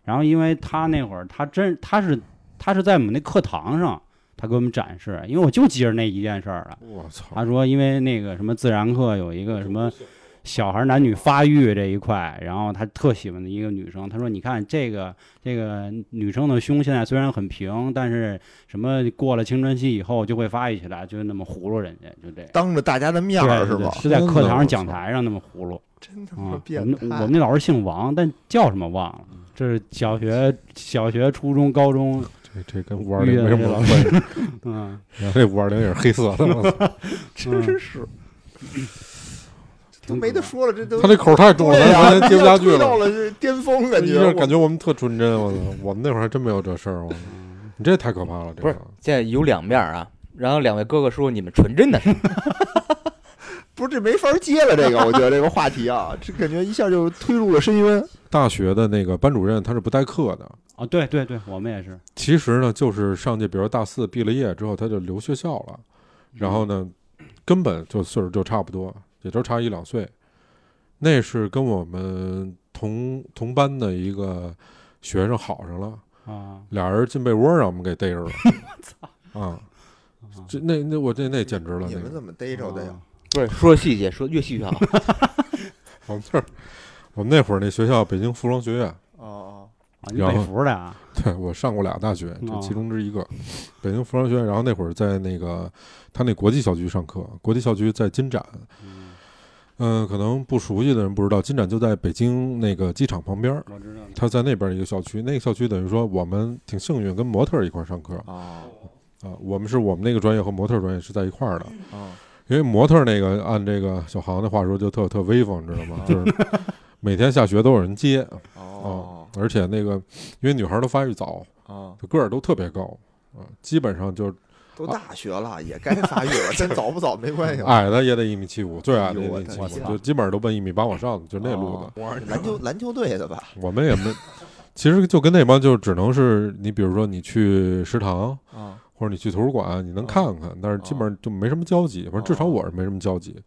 Speaker 5: 然后因为他那会儿他真他是他是在我们那课堂上，他给我们展示，因为我就记着那一件事儿了。
Speaker 2: 我操，
Speaker 5: 他说因为那个什么自然课有一个什么小孩男女发育这一块，然后他特喜欢的一个女生，他说你看这个这个女生的胸现在虽然很平，但是什么过了青春期以后就会发育起来，就那么糊弄人家，就这样。
Speaker 4: 当着大家的面
Speaker 5: 对
Speaker 4: 儿
Speaker 5: 对
Speaker 4: 是
Speaker 5: 对
Speaker 4: 吧？
Speaker 5: 是在
Speaker 2: 真
Speaker 5: 课
Speaker 2: 的
Speaker 5: 堂
Speaker 2: 我
Speaker 5: 上讲
Speaker 2: 操
Speaker 5: 台上那么 葫芦
Speaker 4: 真他妈
Speaker 5: 啊！我
Speaker 4: 变
Speaker 5: 们
Speaker 4: 态！嗯
Speaker 5: 我们那老师姓王，但叫什么忘了。这是小学、小学、初中、高中，
Speaker 2: 这这跟五二零没什么关系。
Speaker 5: 嗯，
Speaker 2: 然后这五二零也是黑色的，我操
Speaker 4: 真是，这都
Speaker 5: 挺
Speaker 4: 没得
Speaker 5: 可怕
Speaker 4: 说了，这都
Speaker 2: 他这口太重了，
Speaker 4: 对呀
Speaker 2: 咱咱 接不下
Speaker 4: 要
Speaker 2: 去
Speaker 4: 推到
Speaker 2: 了。
Speaker 4: 了这巅峰感
Speaker 2: 一
Speaker 4: 觉
Speaker 2: 下，
Speaker 4: 我
Speaker 2: 感觉我们特纯真，我操！我们那会儿还真没有这事儿，我操！你这太可怕了，这
Speaker 3: 不
Speaker 2: 个
Speaker 3: 是现在有两面儿啊。然后两位哥哥说你们纯真的是，
Speaker 4: 不是这没法接了，这个我觉得这个话题啊，这感觉一下就推入了深渊。
Speaker 2: 大学的那个班主任他是不代课的，
Speaker 5: 啊，对对对，我们也是，
Speaker 2: 其实呢，就是上届，比如大四毕了业之后，他就留学校了，然后呢，根本就岁数就差不多，也就差一两岁。那是跟我们同同班的一个学生好上了，
Speaker 5: 啊，
Speaker 2: 俩人进被窝让我们给逮着了。我操！啊，这那那我这那简直了，
Speaker 4: 你
Speaker 2: 那
Speaker 4: 们
Speaker 2: 个
Speaker 4: 怎么逮着的呀？
Speaker 5: 啊
Speaker 3: 不是说细节，说越细 越好。
Speaker 2: 我们那儿我们那会儿那学校北京服装学院，
Speaker 4: 哦，
Speaker 5: 啊，你
Speaker 2: 然
Speaker 5: 北
Speaker 2: 后
Speaker 5: 服的啊，
Speaker 2: 对 我上过俩大学，这
Speaker 5: 哦
Speaker 2: 其中之一个，北京服装学院。然后那会儿在那个他那国际校区上课，国际校区在金展。嗯、可能不熟悉的人不知道，金展就在北京那个机场旁边儿，
Speaker 5: 我知道，
Speaker 2: 他在那边一个校区。那个校区等于说我们挺幸运，跟模特儿一块儿上课啊、
Speaker 4: 哦，
Speaker 2: 我们是我们那个专业和模特儿专业是在一块儿
Speaker 5: 嗯
Speaker 2: 的，
Speaker 4: 哦，
Speaker 2: 因为模特儿那个按这个小航的话说就特特威风，你知道吗？ 就是每天下学都有人接啊、
Speaker 4: 哦，
Speaker 2: 而且那个因为女孩儿都发育早，
Speaker 4: 哦，
Speaker 2: 个儿都特别高啊、基本上就是
Speaker 4: 都大学了，也该发育了，跟早不早没关系了。
Speaker 2: 矮的也得一米七五，最矮的也得
Speaker 4: 哎
Speaker 2: 一
Speaker 4: 呦
Speaker 2: 米
Speaker 4: 我
Speaker 2: 七
Speaker 4: 的
Speaker 2: 五，
Speaker 4: 天
Speaker 2: 就基本上都奔一米八往上的，就那路子
Speaker 4: 哦。篮球篮球队的吧？
Speaker 2: 我们也没， 其实就跟那帮就只能是你，比如说你去食堂
Speaker 4: 啊，
Speaker 2: 或者你去图书馆，你能看
Speaker 4: 哦
Speaker 2: 看，但是基本上就没什么交集，反正至少我是没什么交集。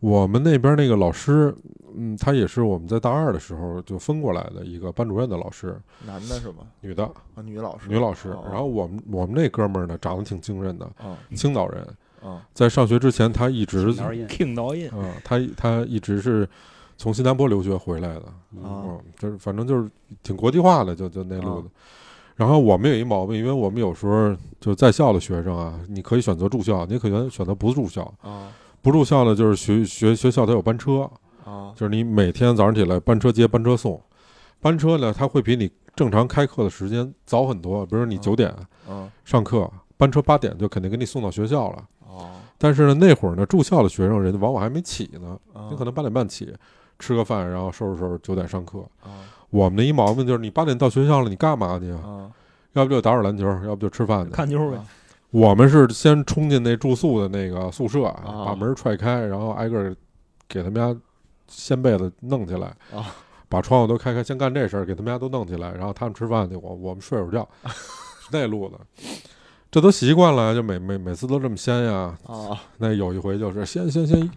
Speaker 2: 我们那边那个老师，嗯，他也是我们在大二的时候就分过来的一个班主任的老师，
Speaker 4: 男的是吗？
Speaker 2: 女的
Speaker 4: 啊，女老师，
Speaker 2: 女老师。
Speaker 4: 哦
Speaker 2: 然后我们我们那哥们儿呢，长得挺精神的，
Speaker 4: 哦，
Speaker 2: 青岛人，
Speaker 4: 哦，
Speaker 2: 在上学之前他一直
Speaker 5: 哪儿印
Speaker 4: 啊
Speaker 6: 听导演，
Speaker 2: 嗯，他他一直是从新加坡留学回来的，
Speaker 4: 啊
Speaker 2: 嗯，就是反正就是挺国际化的，就就那路子。然后我们有一毛病，因为我们有时候就在校的学生啊，你可以选择住校，你也可以选择不住校。
Speaker 4: 哦，
Speaker 2: 不住校呢，就是学学学校它有班车，
Speaker 4: 哦，
Speaker 2: 就是你每天早上起来班车接班车送，班车呢它会比你正常开课的时间早很多，比如你
Speaker 4: 嗯
Speaker 2: 九点
Speaker 4: 哦，
Speaker 2: 上课，班车八点就肯定给你送到学校了。
Speaker 4: 哦，
Speaker 2: 但是呢，那会儿呢，住校的学生人家往往还没起呢，你
Speaker 4: 哦，
Speaker 2: 可能八点半起，吃个饭，然后收拾收拾，九点上课。
Speaker 4: 哦，
Speaker 2: 我们的一毛病就是，你八点到学校了，你干嘛去啊？
Speaker 4: 哦，
Speaker 2: 要不就打会儿篮球，要不就吃饭去。
Speaker 6: 看妞呗，
Speaker 2: 我们是先冲进那住宿的那个宿舍，
Speaker 4: 啊
Speaker 2: 把门踹开，然后挨个儿给他们家掀被子弄起来，
Speaker 4: 啊
Speaker 2: 把窗户都开开，先干这事儿，给他们家都弄起来，然后他们吃饭去，我我们睡会儿 觉，是那路子。这都习惯了，就每每每次都这么掀呀。
Speaker 4: 哦，
Speaker 2: 那有一回就是掀掀掀，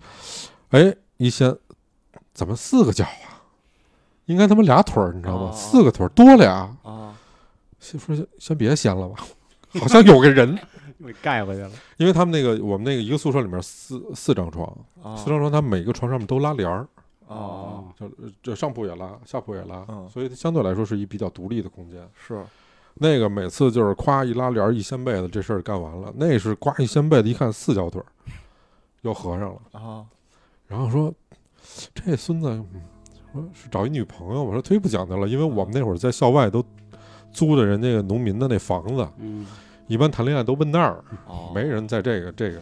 Speaker 2: 哎，一掀，怎么四个脚啊？应该他妈俩腿儿，你知道吗？
Speaker 4: 哦
Speaker 2: 四个腿儿多俩，
Speaker 4: 哦，
Speaker 2: 先说先先别掀了吧， 好像有个人，
Speaker 5: 给盖回去了，
Speaker 2: 因为他们那个我们那个一个宿舍里面四四张床，四张
Speaker 4: 哦，
Speaker 2: 床，他每个床上面都拉帘儿，
Speaker 4: 哦，，
Speaker 2: 就呃这上铺也拉，下铺也拉，
Speaker 4: 嗯
Speaker 2: 所以相对来说是一比较独立的空间。
Speaker 4: 是，啊
Speaker 2: 那个每次就是夸一拉帘儿一掀被子，这事儿干完了，那是呱一掀被子，一看四条腿儿，又合上了。嗯
Speaker 4: 哦，
Speaker 2: 然后说这孙子嗯说是找一女朋友吧，我说忒不讲究了，因为我们那会儿在校外都租的人那个农民的那房子，
Speaker 5: 嗯，
Speaker 2: 一般谈恋爱都奔那儿，
Speaker 4: 哦，
Speaker 2: 没人在这个这个。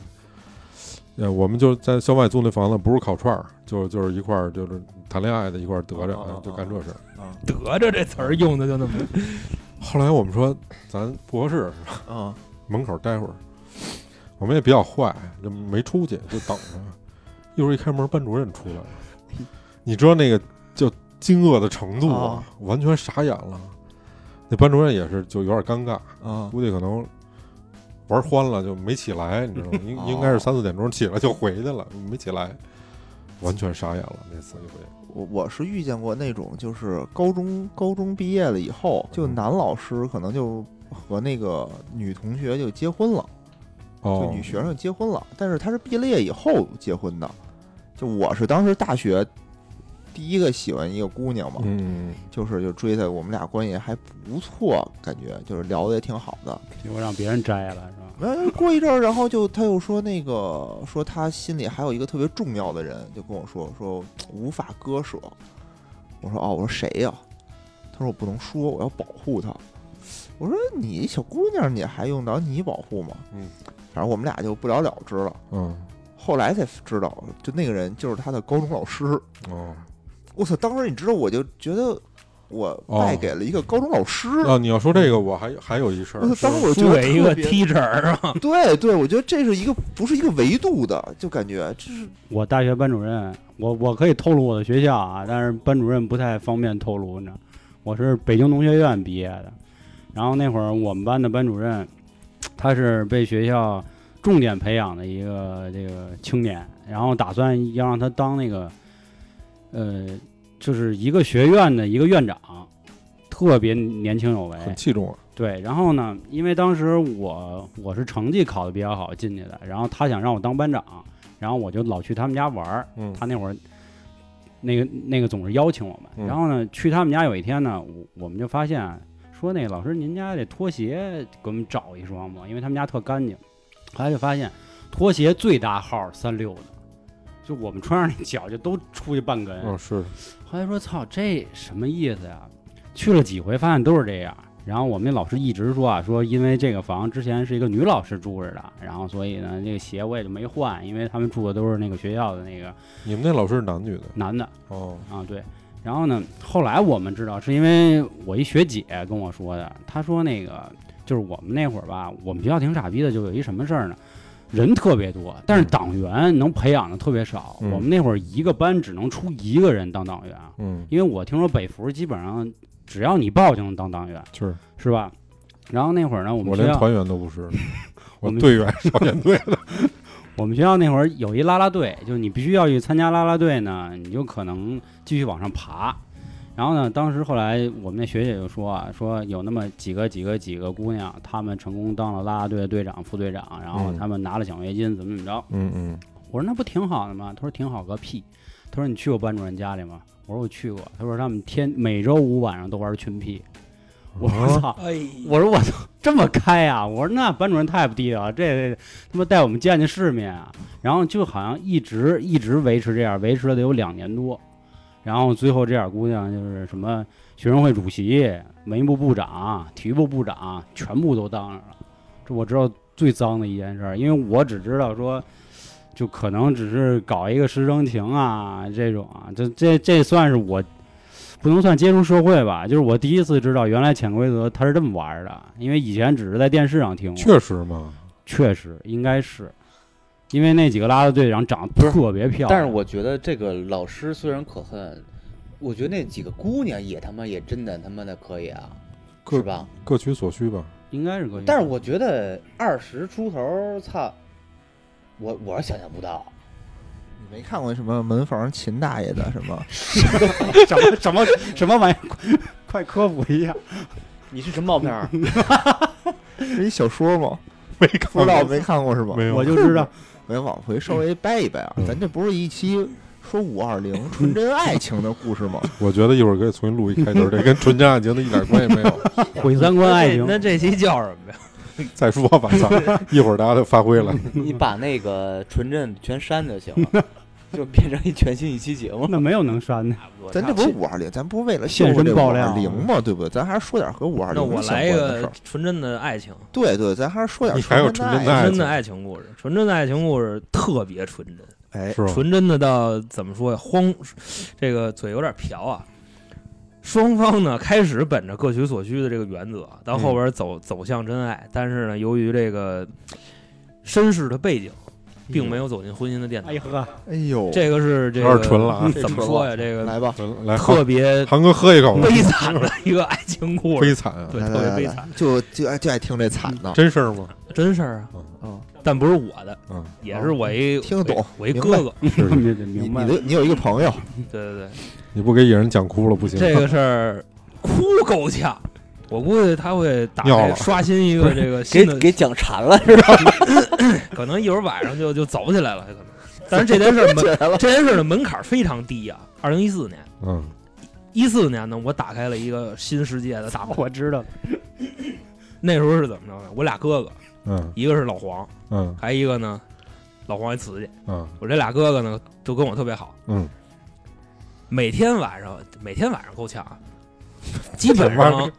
Speaker 2: 呃，我们就在校外租那房子，不是烤串儿，就就是一块儿就是谈恋爱的一块儿得着，
Speaker 4: 哦哦
Speaker 2: 啊
Speaker 4: 哦
Speaker 2: 就干这事儿。
Speaker 4: 啊，
Speaker 6: 得着这词儿用的就那么，
Speaker 2: 后来我们说咱不合适，
Speaker 4: 啊，
Speaker 2: 门口待会儿。我们也比较坏，就没出去，就等着。一会儿一开门，班主任出来了，你知道那个就惊愕的程度啊，
Speaker 4: 哦
Speaker 2: 完全傻眼了。那班主任也是就有点尴尬，
Speaker 4: 啊，
Speaker 2: 估计可能玩欢了就没起来，你知道 吗？
Speaker 4: 哦
Speaker 2: 应应该是三四点钟起来就回去了，没起来，完全傻眼了那次一回。
Speaker 4: 我我是遇见过那种，就是高中高中毕业了以后，就男老师可能就和那个女同学就结婚了，就
Speaker 2: 哦，
Speaker 4: 女学生结婚了，但是他是毕了业以后结婚的。就我是当时大学第一个喜欢一个姑娘嘛，
Speaker 2: 嗯，
Speaker 4: 就是就追她，我们俩关系还不错，感觉就是聊的也挺好的。
Speaker 5: 结果让别人摘了是吧？
Speaker 4: 哎，过一阵儿，然后就他又说那个说他心里还有一个特别重要的人，就跟我说说无法割舍。我说哦，我说谁呀、他说我不能说，我要保护她。我说你小姑娘，你还用着你保护吗？
Speaker 2: 嗯，
Speaker 4: 反正我们俩就不了了之了。
Speaker 2: 嗯，
Speaker 4: 后来才知道，就那个人就是他的高中老师。
Speaker 2: 哦，
Speaker 4: 我操！当时你知道，我就觉得我
Speaker 2: 哦
Speaker 4: 败给了一个高中老师。
Speaker 2: 啊，你要说这个，我还还有一事
Speaker 4: 我
Speaker 2: 儿，
Speaker 4: 操！当时我觉
Speaker 6: 输
Speaker 4: 得
Speaker 6: 给一个
Speaker 4: 特别
Speaker 6: teacher 是吧？
Speaker 4: 对对，我觉得这是一个不是一个维度的，就感觉这是
Speaker 5: 我大学班主任，我我可以透露我的学校啊，但是班主任不太方便透露呢。我是北京农学院毕业的，然后那会儿我们班的班主任，他是被学校重点培养的一个这个青年，然后打算要让他当那个，呃，就是一个学院的一个院长，特别年轻有为，
Speaker 2: 很器重啊。
Speaker 5: 对，然后呢，因为当时我我是成绩考得比较好进去的，然后他想让我当班长，然后我就老去他们家玩儿。
Speaker 2: 嗯
Speaker 5: 他那会儿，那个那个总是邀请我们，
Speaker 2: 嗯
Speaker 5: 然后呢，去他们家有一天呢，我我们就发现说那老师您家这拖鞋给我们找一双吧，因为他们家特干净。后来就发现拖鞋最大号三六的，就我们穿上那脚就都出去半跟。
Speaker 2: 嗯，是，
Speaker 5: 后来说操，这什么意思呀？去了几回，发现都是这样。然后我们那老师一直说啊，说因为这个房之前是一个女老师住着的，然后所以呢，这个鞋我也就没换，因为他们住的都是那个学校的那个
Speaker 2: 你们那老师是男女的？
Speaker 5: 男的
Speaker 2: 哦，
Speaker 5: 啊，对。然后呢，后来我们知道是因为我一学姐跟我说的，她说那个就是我们那会儿吧，我们学校挺傻逼的，就有一什么事儿呢，人特别多，但是
Speaker 2: 嗯
Speaker 5: 党员能培养的特别少。
Speaker 2: 嗯
Speaker 5: 我们那会儿一个班只能出一个人当党员，啊
Speaker 2: 嗯，
Speaker 5: 因为我听说北服基本上只要你报就能当党员，
Speaker 2: 是
Speaker 5: 是吧？然后那会儿呢，我们
Speaker 2: 我
Speaker 5: 学
Speaker 2: 连
Speaker 5: 校
Speaker 2: 团员都不是，
Speaker 5: 我
Speaker 2: 我
Speaker 5: 们
Speaker 2: 队员少先队的。
Speaker 5: 我们学校那会儿有一啦啦队，就是你必须要去参加啦啦队呢，你就可能继续往上爬。然后呢，当时后来我们那学姐就说啊，说有那么几个几个几个姑娘，她们成功当了啦啦队的队长、副队长，然后
Speaker 2: 嗯
Speaker 5: 她们拿了奖学金，怎么怎么着。
Speaker 2: 嗯嗯，
Speaker 5: 我说那不挺好的吗？他说挺好个屁。他说你去过班主任家里吗？我说我去过。他说他们天每周五晚上都玩群 P。我说操！
Speaker 6: 哎，
Speaker 5: 我说我操，这么开呀、我说那班主任太不地道了，这他妈带我们见见世面啊！然后就好像一直一直维持这样，维持了得有两年多。然后最后这点姑娘就是什么学生会主席、文艺部部长、体育部部长，全部都当上了。这我知道最脏的一件事儿，因为我只知道说，就可能只是搞一个师生情啊这种啊，这这这算是我不能算接触社会吧，就是我第一次知道原来潜规则它是这么玩儿的，因为以前只是在电视上听过，
Speaker 2: 确实嘛，
Speaker 5: 确实应该是，因为那几个拉拉队长长得特别漂亮，
Speaker 3: 但是我觉得这个老师虽然可恨，我觉得那几个姑娘也他妈也真的他妈的可以啊，
Speaker 2: 各
Speaker 3: 是吧？
Speaker 2: 各取所需吧。
Speaker 5: 应该是可以，
Speaker 3: 但是我觉得二十出头，操，我我是想象不到。
Speaker 4: 你没看过什么门房秦大爷的什么？
Speaker 5: 什么什么什么玩意儿，快快科普一下，
Speaker 3: 你是什么毛啊片儿？
Speaker 4: 是一小说吗？
Speaker 2: 没看
Speaker 4: 不知道没看过是吧？
Speaker 2: 没有，
Speaker 5: 我就知道，
Speaker 4: 没往回稍微掰一掰啊
Speaker 2: 嗯，
Speaker 4: 咱这不是一期说五二 零纯真爱情的故事吗？
Speaker 2: 我觉得一会儿可以重新录一开头，这跟纯真爱情的一点关系没有。
Speaker 5: 毁三观爱情
Speaker 6: 那，这期叫什么呀？
Speaker 2: 再说吧，操，一会儿大家就发挥了。
Speaker 3: 你把那个纯正全删就行 了，就变成一全新一期节 目。
Speaker 5: 那没有能删的。
Speaker 4: 咱这不是五二零，咱不是为了
Speaker 5: 现
Speaker 4: 庆祝
Speaker 5: 身
Speaker 4: 这
Speaker 5: 爆
Speaker 4: 五
Speaker 5: 料
Speaker 4: 二
Speaker 5: 啊
Speaker 4: 零吗？对不对？咱还是说点和五二
Speaker 6: 那
Speaker 4: 零
Speaker 6: 我
Speaker 4: 相
Speaker 6: 来一
Speaker 4: 关的事
Speaker 6: 个
Speaker 4: 儿。
Speaker 6: 纯真的爱情，
Speaker 4: 对对，咱还是说点
Speaker 2: 你还有
Speaker 4: 纯
Speaker 2: 纯真的
Speaker 4: 爱
Speaker 2: 爱
Speaker 4: 情。
Speaker 6: 纯真的爱情故事，纯真的爱情故事特别纯真。
Speaker 4: 哎，
Speaker 2: 是吧？
Speaker 6: 纯真的到怎么说呀？荒，这个嘴有点瓢啊。双方呢开始本着各取所需的这个原则，到后边走、走向真爱，但是呢，由于这个绅士的背景，并没有走进婚姻的殿堂。
Speaker 5: 哎呀呵，
Speaker 4: 哎呦，
Speaker 6: 这个是这
Speaker 2: 有
Speaker 6: 个
Speaker 2: 点纯了啊！
Speaker 4: 这
Speaker 6: 怎么
Speaker 4: 纯
Speaker 6: 说
Speaker 4: 了
Speaker 6: 呀？这个
Speaker 4: 来吧，
Speaker 2: 纯来，
Speaker 6: 特
Speaker 2: 韩
Speaker 6: 别
Speaker 2: 韩哥喝一口吧，
Speaker 6: 悲惨的一个爱情故
Speaker 2: 悲
Speaker 6: 事，
Speaker 2: 惨啊！
Speaker 6: 对，
Speaker 4: 来
Speaker 6: 特
Speaker 4: 来
Speaker 6: 别
Speaker 4: 来
Speaker 6: 悲
Speaker 4: 来
Speaker 6: 惨。，
Speaker 4: 就就爱就爱听这惨的。
Speaker 2: 真事儿吗？
Speaker 6: 真事儿啊，
Speaker 4: 嗯，
Speaker 6: 但不是我的，
Speaker 2: 嗯，
Speaker 6: 也是我一
Speaker 4: 听得懂
Speaker 6: 我一
Speaker 4: 明
Speaker 6: 哥哥。
Speaker 2: 是的
Speaker 4: 你
Speaker 5: 明白
Speaker 4: 你的你有一个朋友，
Speaker 6: 对对
Speaker 2: 你不给野人讲哭了不行。
Speaker 6: 对，这个事儿哭够呛，我估计他会打
Speaker 2: 尿
Speaker 6: 开
Speaker 2: 了
Speaker 6: 刷新一个这个
Speaker 3: 给
Speaker 6: 新的，
Speaker 3: 给讲馋 了是吧？
Speaker 6: 可能一会儿晚上就就走起来了，可能。但是这件事儿 门这件事儿的门槛儿非常低啊，二零一四年。
Speaker 2: 嗯，
Speaker 6: 一四年呢，我打开了一个新世界的大门。
Speaker 5: 我知道，
Speaker 6: 那时候是怎么着呢？我俩哥哥，
Speaker 2: 嗯
Speaker 6: 一个是老黄，
Speaker 2: 嗯
Speaker 6: 还一个呢，老黄一瓷去。
Speaker 2: 嗯
Speaker 6: 我这俩哥哥呢，都跟我特别好，
Speaker 2: 嗯，
Speaker 6: 每天晚上每天晚上够呛啊，基 本
Speaker 2: 这玩意
Speaker 6: 上哦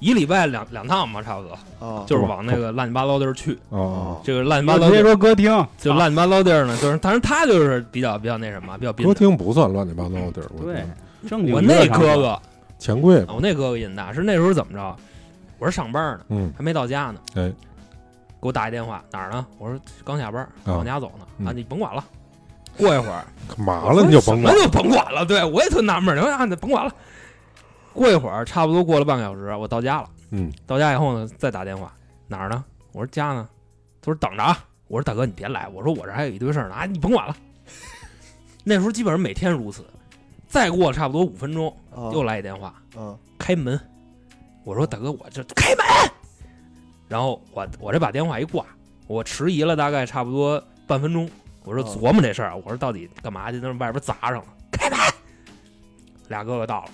Speaker 6: 一礼拜两两趟吧，差不多，
Speaker 4: 啊，
Speaker 6: 就是往那个乱七八糟地儿去。
Speaker 2: 哦，
Speaker 6: 这个乱七八
Speaker 5: 我
Speaker 6: 糟
Speaker 5: 直
Speaker 6: 地
Speaker 5: 接
Speaker 6: 儿
Speaker 5: 说歌厅，
Speaker 6: 就乱七八糟地儿呢，就是，但是他就是比较比较那什么，比较
Speaker 2: 歌
Speaker 6: 别。
Speaker 2: 厅不算乱七八糟的地儿，我觉
Speaker 5: 对
Speaker 2: 得，
Speaker 5: 正经
Speaker 6: 我那
Speaker 5: 娱乐场所
Speaker 6: 哥，哥，
Speaker 2: 钱柜吧，
Speaker 6: 我那哥哥瘾大，是那时候怎么着？啊我是上班呢，
Speaker 2: 嗯
Speaker 6: 还没到家呢。
Speaker 2: 哎，
Speaker 6: 给我打一电话，哪儿呢？我说刚下班，
Speaker 2: 啊
Speaker 6: 往家走呢。啊，
Speaker 2: 嗯
Speaker 6: 你甭管了，过一会儿
Speaker 2: 干嘛了你就甭管
Speaker 6: 那就甭管了。对我也特纳闷儿，我说啊，你甭管了。过一会儿，差不多过了半个小时，我到家了。
Speaker 2: 嗯，
Speaker 6: 到家以后呢，再打电话，哪儿呢？我说家呢。他说等着啊。我说大哥，你别来。我说我这还有一堆事儿呢，啊，你甭管了。 那时候基本上每天如此。再过差不多五分钟，
Speaker 4: 啊
Speaker 6: 又来一电话，
Speaker 4: 嗯
Speaker 6: 开门。我说大哥，我这开门。然后我我这把电话一挂，我迟疑了大概差不多半分钟。我说
Speaker 4: 哦
Speaker 6: 琢磨这事儿，我说到底干嘛去？那外边砸上了，开门。俩哥哥到了，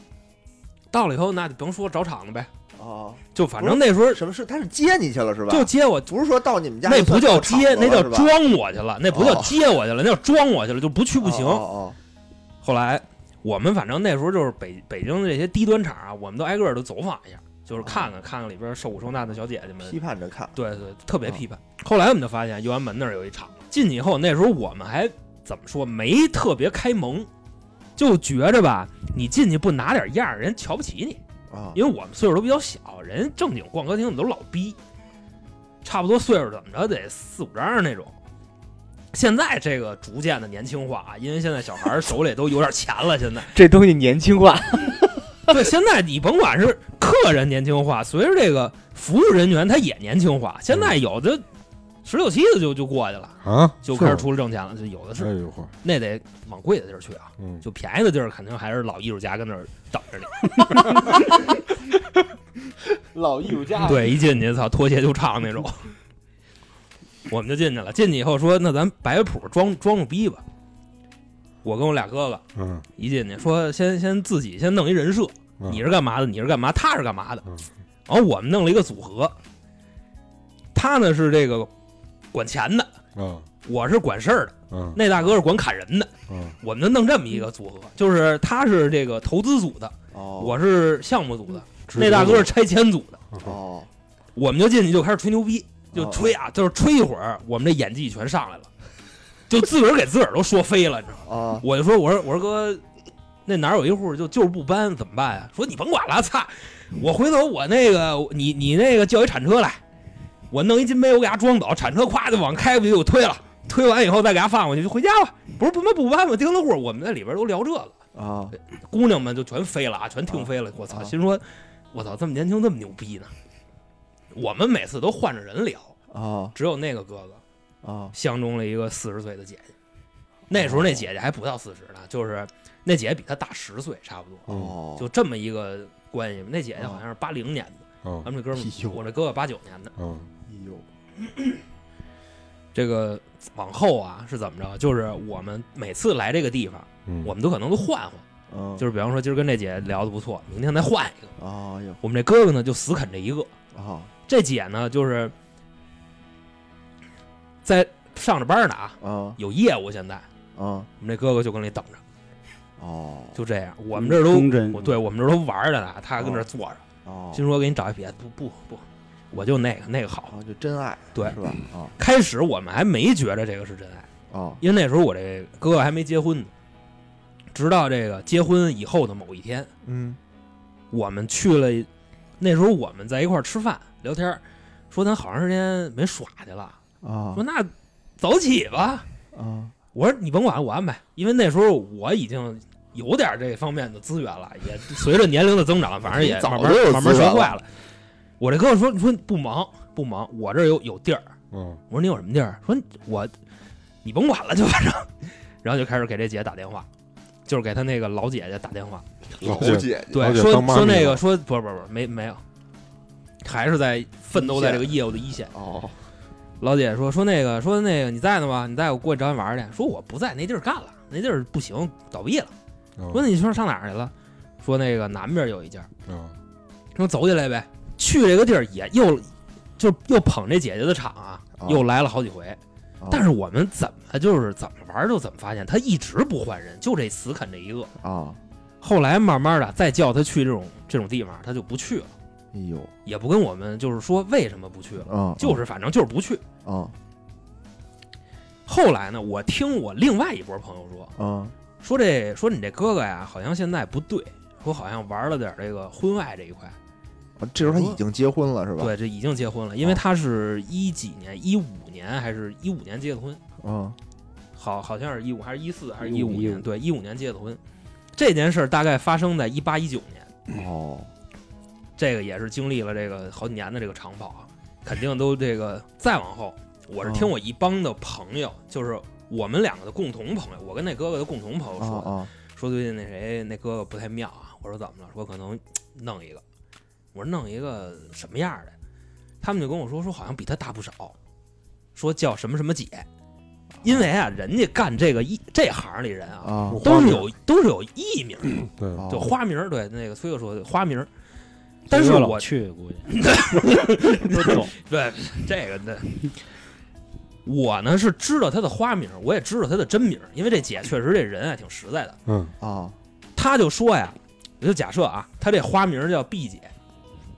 Speaker 6: 到了以后那就甭说找场子呗，
Speaker 4: 啊，
Speaker 6: 就反正那时候
Speaker 4: 什么事？他是接你去了是吧？
Speaker 6: 就接我，
Speaker 4: 不是说到你们家
Speaker 6: 那
Speaker 4: 就
Speaker 6: 不
Speaker 4: 算
Speaker 6: 叫
Speaker 4: 到场子
Speaker 6: 接，那
Speaker 4: 了
Speaker 6: 叫
Speaker 4: 是吧
Speaker 6: 装我去了，那不叫
Speaker 4: 哦
Speaker 6: 接我去了，那叫装我去了，就不去不行。
Speaker 4: 哦哦
Speaker 6: 后来我们反正那时候就是北北京的这些低端厂啊，我们都挨个儿都走访一下，就是看看看看里边受苦受难的小姐姐
Speaker 4: 哦
Speaker 6: 们，
Speaker 4: 批判着看，
Speaker 6: 对对，特别
Speaker 4: 啊
Speaker 6: 批判。后来我们就发现右安门那儿有一厂，进去以后，那时候我们还怎么说，没特别开蒙，就觉着吧，你进去不拿点样儿，人瞧不起你，
Speaker 4: 啊
Speaker 6: 因为我们岁数都比较小，人正经逛歌厅我们都老逼，差不多岁数怎么着得四五张那种。现在这个逐渐的年轻化啊，因为现在小孩儿手里都有点钱了，现在。
Speaker 3: 这东西年轻化，
Speaker 6: 对，现在你甭管是客人年轻化，随着这个服务人员他也年轻化，现在有的十六七的就就过去了，
Speaker 2: 啊，
Speaker 6: 就开始
Speaker 2: 是吗
Speaker 6: 出了挣钱了，就有的
Speaker 2: 哎
Speaker 6: 是，
Speaker 2: 呦呵，
Speaker 6: 那得往贵的地儿去啊，
Speaker 2: 嗯，
Speaker 6: 就便宜的地儿肯定还是老艺术家跟那儿等着你。
Speaker 3: 老艺术家
Speaker 6: 对，一进去操，脱鞋就唱那种。我们就进去了，进去以后说，那咱摆摆谱，装装个逼吧。我跟我俩哥哥
Speaker 2: 嗯
Speaker 6: 一进去说，先先自己先弄一人设，
Speaker 2: 嗯，
Speaker 6: 你是干嘛的？你是干嘛？他是干嘛的
Speaker 2: 嗯？
Speaker 6: 然后我们弄了一个组合，他呢是这个管钱的，
Speaker 2: 啊
Speaker 6: 我是管事儿的，
Speaker 2: 嗯
Speaker 6: 那大哥是管砍人的，
Speaker 2: 嗯
Speaker 6: 我们就弄这么一个组合，就是他是这个投资组的，
Speaker 4: 哦
Speaker 6: 我是项目组的，
Speaker 2: 直接
Speaker 6: 那大哥是拆迁组的，
Speaker 4: 哦
Speaker 6: 我们就进去就开始吹牛逼，就
Speaker 4: 哦
Speaker 6: 吹啊，就是吹一会儿，我们这演技全上来了，就自个儿给自个儿都说飞了，你知道吗？
Speaker 4: 啊
Speaker 6: 我就说，我说我说哥，那哪儿有一户就就是不搬怎么办呀、说你甭管了，操！我回头我那个你你那个叫一铲车来，我弄一金杯我给他装倒，铲车咵就往开过去给我推了，推完以后再给他放回去就回家吧。不是不妈不搬吧，钉子户，我们在里边都聊这个，
Speaker 4: 啊
Speaker 6: 姑娘们就全飞了啊，全听飞了。我操，
Speaker 4: 啊
Speaker 6: 心说，我操，这么年轻这么牛逼呢？我们每次都换着人聊，
Speaker 4: 啊
Speaker 6: 只有那个哥哥
Speaker 4: 啊
Speaker 6: 相中了一个四十岁的姐姐。那时候那姐姐还不到四十呢，就是那姐姐比他大十岁，差不多，
Speaker 2: 嗯
Speaker 4: 哦，
Speaker 6: 就这么一个关系。那姐姐好像是八零年的，
Speaker 2: 嗯
Speaker 6: 咱们这哥们
Speaker 4: 哎呦
Speaker 6: 儿，我这哥哥八九年的。
Speaker 2: 嗯
Speaker 4: 呦
Speaker 6: 这个往后啊是怎么着？就是我们每次来这个地方，
Speaker 2: 嗯，
Speaker 6: 我们都可能都换换，
Speaker 4: 嗯
Speaker 6: 就是比方说今儿跟这姐聊的不错，明天再换一个。
Speaker 4: 啊哎呦
Speaker 6: 我们这哥哥呢就死啃这一个，
Speaker 4: 啊
Speaker 6: 这姐呢就是在上着班呢啊，
Speaker 4: 啊
Speaker 6: 有业务现在。
Speaker 4: 啊
Speaker 6: 我们这哥哥就跟那等着，
Speaker 4: 哦
Speaker 6: 就这样。我们这儿都
Speaker 5: 忠贞
Speaker 6: 我对我们这儿都玩着呢，他跟这儿坐着。
Speaker 4: 哦，
Speaker 6: 心说给你找一别的，不不不，我就那个那个好。
Speaker 4: 啊就真爱
Speaker 6: 对
Speaker 4: 是吧啊
Speaker 6: 开始我们还没觉着这个是真爱，
Speaker 4: 啊
Speaker 6: 因为那时候我这哥哥还没结婚呢。直到这个结婚以后的某一天，
Speaker 4: 嗯
Speaker 6: 我们去了，那时候我们在一块儿吃饭聊天儿，说咱好长时间没耍去了，
Speaker 4: 啊
Speaker 6: 说那走起吧。
Speaker 4: 啊
Speaker 6: 我说你甭管，我安排。因为那时候我已经有点这方面的资源了， 也随着年龄的增长，反正也
Speaker 4: 早
Speaker 6: 慢慢
Speaker 4: 就有
Speaker 6: 慢慢
Speaker 4: 资
Speaker 6: 学
Speaker 4: 源
Speaker 6: 坏
Speaker 4: 了
Speaker 6: 了。我这哥哥说：“你说你不忙，不忙，我这儿有有地儿。
Speaker 2: 嗯
Speaker 6: 我说你有什么地儿？说我你甭管了，就反正， 然后就开始给这姐打电话，就是给她那个老姐姐打电话。
Speaker 2: 老
Speaker 4: 姐
Speaker 2: 姐
Speaker 4: 姐，
Speaker 2: 老
Speaker 6: 对，
Speaker 2: 姐
Speaker 6: 说
Speaker 2: 当妈
Speaker 6: 说
Speaker 2: 咪
Speaker 6: 那
Speaker 2: 了
Speaker 6: 个说不是不是不是没没有，还是在奋斗在这个业务的一线。
Speaker 4: 哦，
Speaker 6: 老姐说说那个说那个你在呢吗？你在我过去找你玩儿去。说我不在，那地儿干了，那地儿不行，倒闭了。
Speaker 2: 嗯
Speaker 6: 说那你说上哪儿去了？说那个南边有一家。
Speaker 2: 嗯
Speaker 6: 说走起来呗，去这个地儿也又就又捧这姐姐的场啊，
Speaker 4: 哦
Speaker 6: 又来了好几
Speaker 2: 啊
Speaker 6: 回。
Speaker 4: 哦
Speaker 6: 但是我们怎么就是怎么玩儿就怎么发现，他一直不换人，就这死啃这一个。
Speaker 4: 啊，
Speaker 6: 后来慢慢的再叫他去这种这种地方，他就不去了，
Speaker 4: 哎呦，
Speaker 6: 也不跟我们就是说为什么不去了，
Speaker 4: 嗯，
Speaker 6: 就是反正就是不去。
Speaker 4: 啊
Speaker 6: 后来呢，我听我另外一波朋友说，
Speaker 4: 啊
Speaker 6: 说这说你这哥哥呀，好像现在不对，说好像玩了点这个婚外这一块。
Speaker 4: 啊，这时候他已经结婚了是吧？
Speaker 6: 对，这已经结婚了，因为他是一几年，一五年还是一五年结的婚，
Speaker 4: 啊，
Speaker 6: 好好像是一五还是一四还是
Speaker 5: 15
Speaker 6: 一五
Speaker 5: 15
Speaker 6: 年，对，一五年结的婚。这件事儿大概发生在一八一九年，
Speaker 4: 哦，
Speaker 6: 这个也是经历了这个好几年的这个长跑啊，肯定都这个再往后，我是听我一帮的朋友，就是我们两个的共同朋友，我跟那哥哥的共同朋友
Speaker 4: 啊
Speaker 6: 说，
Speaker 4: 啊，
Speaker 6: 说最近那谁那哥哥不太妙啊，我说怎么了？说可能弄一个，我说弄一个什么样儿的？他们就跟我说说好像比他大不少，说叫什么什么姐，因为啊，人家干这个一这行里人啊，
Speaker 4: 啊
Speaker 2: 我
Speaker 6: 都
Speaker 2: 花
Speaker 6: 是
Speaker 2: 名
Speaker 6: 有都是有艺名的，
Speaker 2: 对，
Speaker 4: 哦
Speaker 6: 就花名儿。对，那个崔哥说的花名儿，但是
Speaker 5: 这个
Speaker 6: 我
Speaker 5: 老去估计 都懂，
Speaker 6: 对这个的，我呢是知道他的花名儿，我也知道他的真名儿，因为这姐确实这人啊挺实在的。
Speaker 2: 嗯
Speaker 4: 啊，
Speaker 6: 他就说呀，我就假设啊，他这花名叫 B 姐，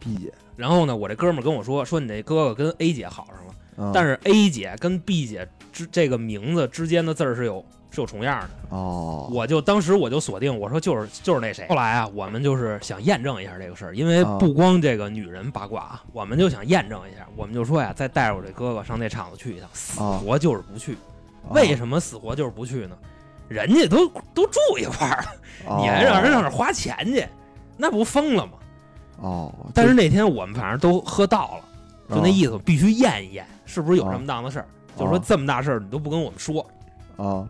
Speaker 4: 毕姐，
Speaker 6: 然后呢，我这哥们儿跟我说，说你这哥哥跟 A 姐好上了，
Speaker 5: 嗯
Speaker 6: 但
Speaker 4: 是
Speaker 6: 是 A 姐跟 B 姐之这个名字之间的字儿是有是有重样的，
Speaker 4: 哦，
Speaker 6: 我就当时我就锁定，我说就是就是那谁。后来啊，我们就是想验证一下这个事儿，因为
Speaker 4: 啊
Speaker 6: 不光这个女人八卦啊，我们就想验证一下，我们就说呀，再带着我这哥哥上那场子去一趟，死
Speaker 4: 啊
Speaker 6: 活就是不去。
Speaker 4: 啊
Speaker 6: 为什么死活就是不去呢？人家都都住一块儿了，
Speaker 4: 哦
Speaker 6: 你还让人上那儿花钱去，那不疯了吗？
Speaker 4: 哦，
Speaker 6: 但是那天我们反正都喝到了，就
Speaker 4: 啊
Speaker 6: 那意思，必须验一验，是不是有这么档子事儿？
Speaker 4: 哦
Speaker 6: 就说这么大事儿你都不跟我们说，
Speaker 4: 啊啊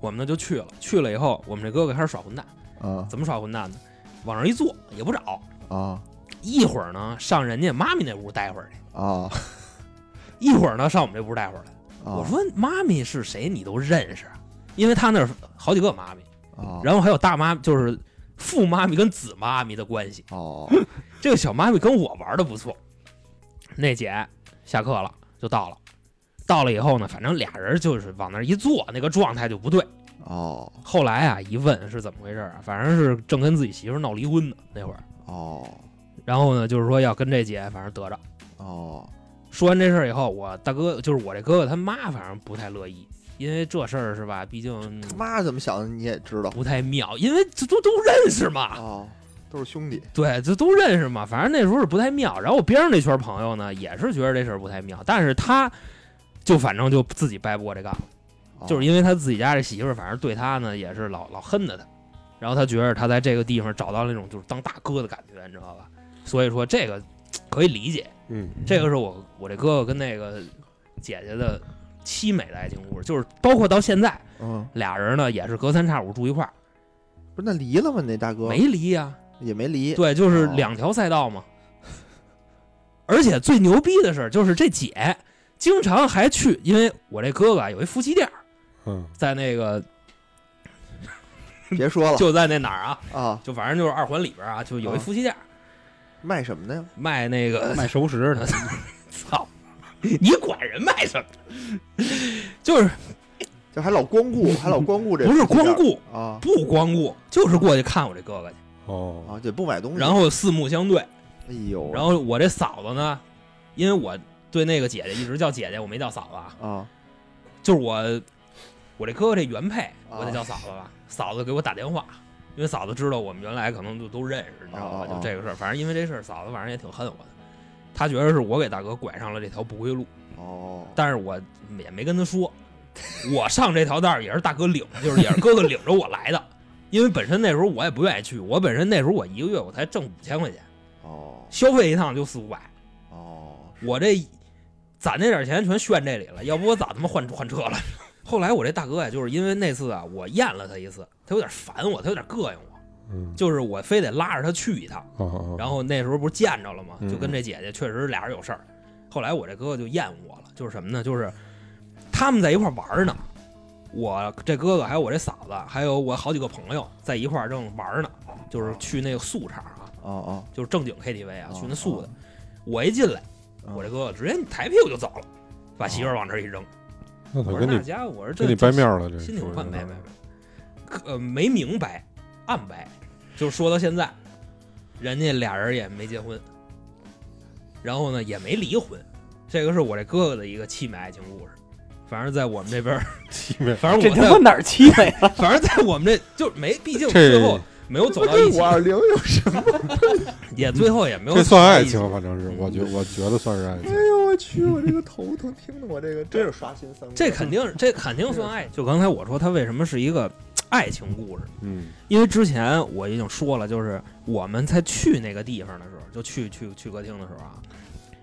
Speaker 6: 我们呢就去了。去了以后，我们这哥哥开始耍混蛋，
Speaker 4: 啊
Speaker 6: 怎么耍混蛋呢？往上一坐也不找，
Speaker 4: 啊
Speaker 6: 一会儿呢上人家妈咪那屋待会儿去，
Speaker 4: 啊，
Speaker 6: 一会儿呢上我们这屋待会儿来。
Speaker 4: 哦
Speaker 6: 我说妈咪是谁你都认识啊，因为他那儿好几个妈咪，
Speaker 4: 啊，
Speaker 6: 然后还有大妈，就是父妈咪跟子妈咪的关系。
Speaker 4: 哦
Speaker 6: 这个小妈咪跟我玩的不错。那姐下课了就到了，到了以后呢，反正俩人就是往那儿一坐，那个状态就不对。
Speaker 4: 哦
Speaker 6: 后来啊，一问是怎么回事啊，反正是正跟自己媳妇闹离婚呢那会儿。
Speaker 4: 哦
Speaker 6: 然后呢，就是说要跟这姐，反正得着。
Speaker 4: 哦
Speaker 6: 说完这事儿以后，我大哥就是我这哥哥他妈，反正不太乐意，因为这事儿是吧，毕竟
Speaker 4: 他妈怎么想的你也知道
Speaker 6: 不太妙，因为这都都认识嘛，
Speaker 4: 哦，都是兄弟
Speaker 6: 对，这都认识嘛，反正那时候是不太妙。然后我边上那圈朋友呢，也是觉得这事儿不太妙，但是他就反正就自己掰不过这杠，
Speaker 4: 哦
Speaker 6: 就是因为他自己家这媳妇儿，反正对他呢也是老老恨着他，然后他觉得他在这个地方找到那种就是当大哥的感觉，你知道吧？所以说这个可以理解，
Speaker 2: 嗯
Speaker 6: 这个是我我这哥哥跟那个姐姐的凄美的爱情故事，就是包括到现在
Speaker 4: 嗯，
Speaker 6: 俩人呢也是隔三差五住一块儿，
Speaker 4: 不是那离了吗？那大哥
Speaker 6: 没离呀、
Speaker 4: 也没离
Speaker 6: 对，就是
Speaker 4: 哦
Speaker 6: 两条赛道嘛。而且最牛逼的是，就是这姐经常还去，因为我这哥哥啊有一夫妻店儿，
Speaker 2: 嗯
Speaker 6: 在那个
Speaker 4: 别说了
Speaker 6: 就在那哪儿啊，
Speaker 4: 啊，
Speaker 6: 就反正就是二环里边儿啊，就有一
Speaker 4: 啊
Speaker 6: 夫妻店儿
Speaker 4: 卖什么的呀？
Speaker 6: 卖那个
Speaker 5: 嗯卖熟食的，
Speaker 6: 操，你管人卖什么？ 就是
Speaker 4: 就还老光顾，还老光顾这
Speaker 6: 不是光顾，
Speaker 4: 啊
Speaker 6: 不光顾，就是过去看我这哥哥去，
Speaker 2: 哦
Speaker 4: 啊，就不买东西。
Speaker 6: 然后四目相对，
Speaker 4: 哎呦，
Speaker 6: 然后我这嫂子呢，因为我对那个姐姐一直叫姐姐，我没叫嫂子啊，
Speaker 4: 啊
Speaker 6: 就是我，我这哥哥这原配，我
Speaker 4: 啊
Speaker 6: 得叫嫂子吧。嫂子给我打电话，因为嫂子知道我们原来可能就都认识，你知道吧？
Speaker 4: 哦哦哦
Speaker 6: 就这个事儿，反正因为这事儿，嫂子反正也挺恨我的。她觉得是我给大哥拐上了这条不归路，
Speaker 4: 哦
Speaker 6: 但是我也没跟她说， 我上这条道儿也是大哥领，就是也是哥哥领着我来的。因为本身那时候我也不愿意去，我本身那时候我一个月我才挣五千块钱，
Speaker 4: 哦
Speaker 6: 消费一趟就四五百，
Speaker 4: 哦，是
Speaker 6: 我这攒这点钱全炫这里了，要不我咋他妈换换车了？ 后来我这大哥呀，就是因为那次啊，我验了他一次，他有点烦我，他有点膈应我，
Speaker 2: 嗯，
Speaker 6: 就是我非得拉着他去一趟。
Speaker 2: 啊啊，
Speaker 6: 然后那时候不是见着了吗？
Speaker 2: 嗯
Speaker 6: 就跟这姐姐确实俩人有事儿。后来我这哥哥就厌恶我了，就是什么呢？就是他们在一块儿玩儿呢，我这哥哥还有我这嫂子，还有我好几个朋友在一块儿正玩儿呢，
Speaker 2: 哦
Speaker 6: 就是去那个素场啊，
Speaker 4: 啊啊，
Speaker 6: 就是正经 KTV 啊，
Speaker 4: 哦
Speaker 6: 去那素的。我一进来，
Speaker 2: 哦
Speaker 4: 嗯
Speaker 6: 我这哥哥直接抬屁股就走了，把媳妇儿往这儿一扔。
Speaker 2: 那
Speaker 6: 我
Speaker 2: 他
Speaker 6: 说
Speaker 2: 哦跟
Speaker 6: 那
Speaker 2: 你
Speaker 6: 家伙，我说这
Speaker 2: 跟你掰面了，这
Speaker 6: 心里
Speaker 2: 属于
Speaker 6: 换没
Speaker 2: 是
Speaker 6: 没没，呃，没明白，暗白，就是说到现在，人家俩人也没结婚，然后呢也没离婚，这个是我这哥哥的一个凄美爱情故事。反正在我们这边儿，
Speaker 2: 欺骗
Speaker 6: 反正
Speaker 3: 这他妈
Speaker 6: 我在，
Speaker 3: 哪儿啊气的呀？
Speaker 6: 反正在我们这 就是没，毕竟
Speaker 2: 这
Speaker 6: 最后没有走到一
Speaker 4: 跟
Speaker 6: 起
Speaker 4: 五，二零有什么？
Speaker 6: 也最后也没有
Speaker 2: 这
Speaker 6: 走到
Speaker 2: 算爱
Speaker 6: 一起
Speaker 2: 情，反正是
Speaker 6: 嗯
Speaker 2: 我觉我觉得算是爱情
Speaker 4: 哎。 呦我去，我这个头疼，听得我这个真是刷新三观。
Speaker 6: 这肯定是这肯定算爱情。就刚才我说它为什么是一个爱情故事，
Speaker 2: 嗯
Speaker 6: 因为之前我已经说了，就是我们在去那个地方的时候，就去去去歌厅的时候啊，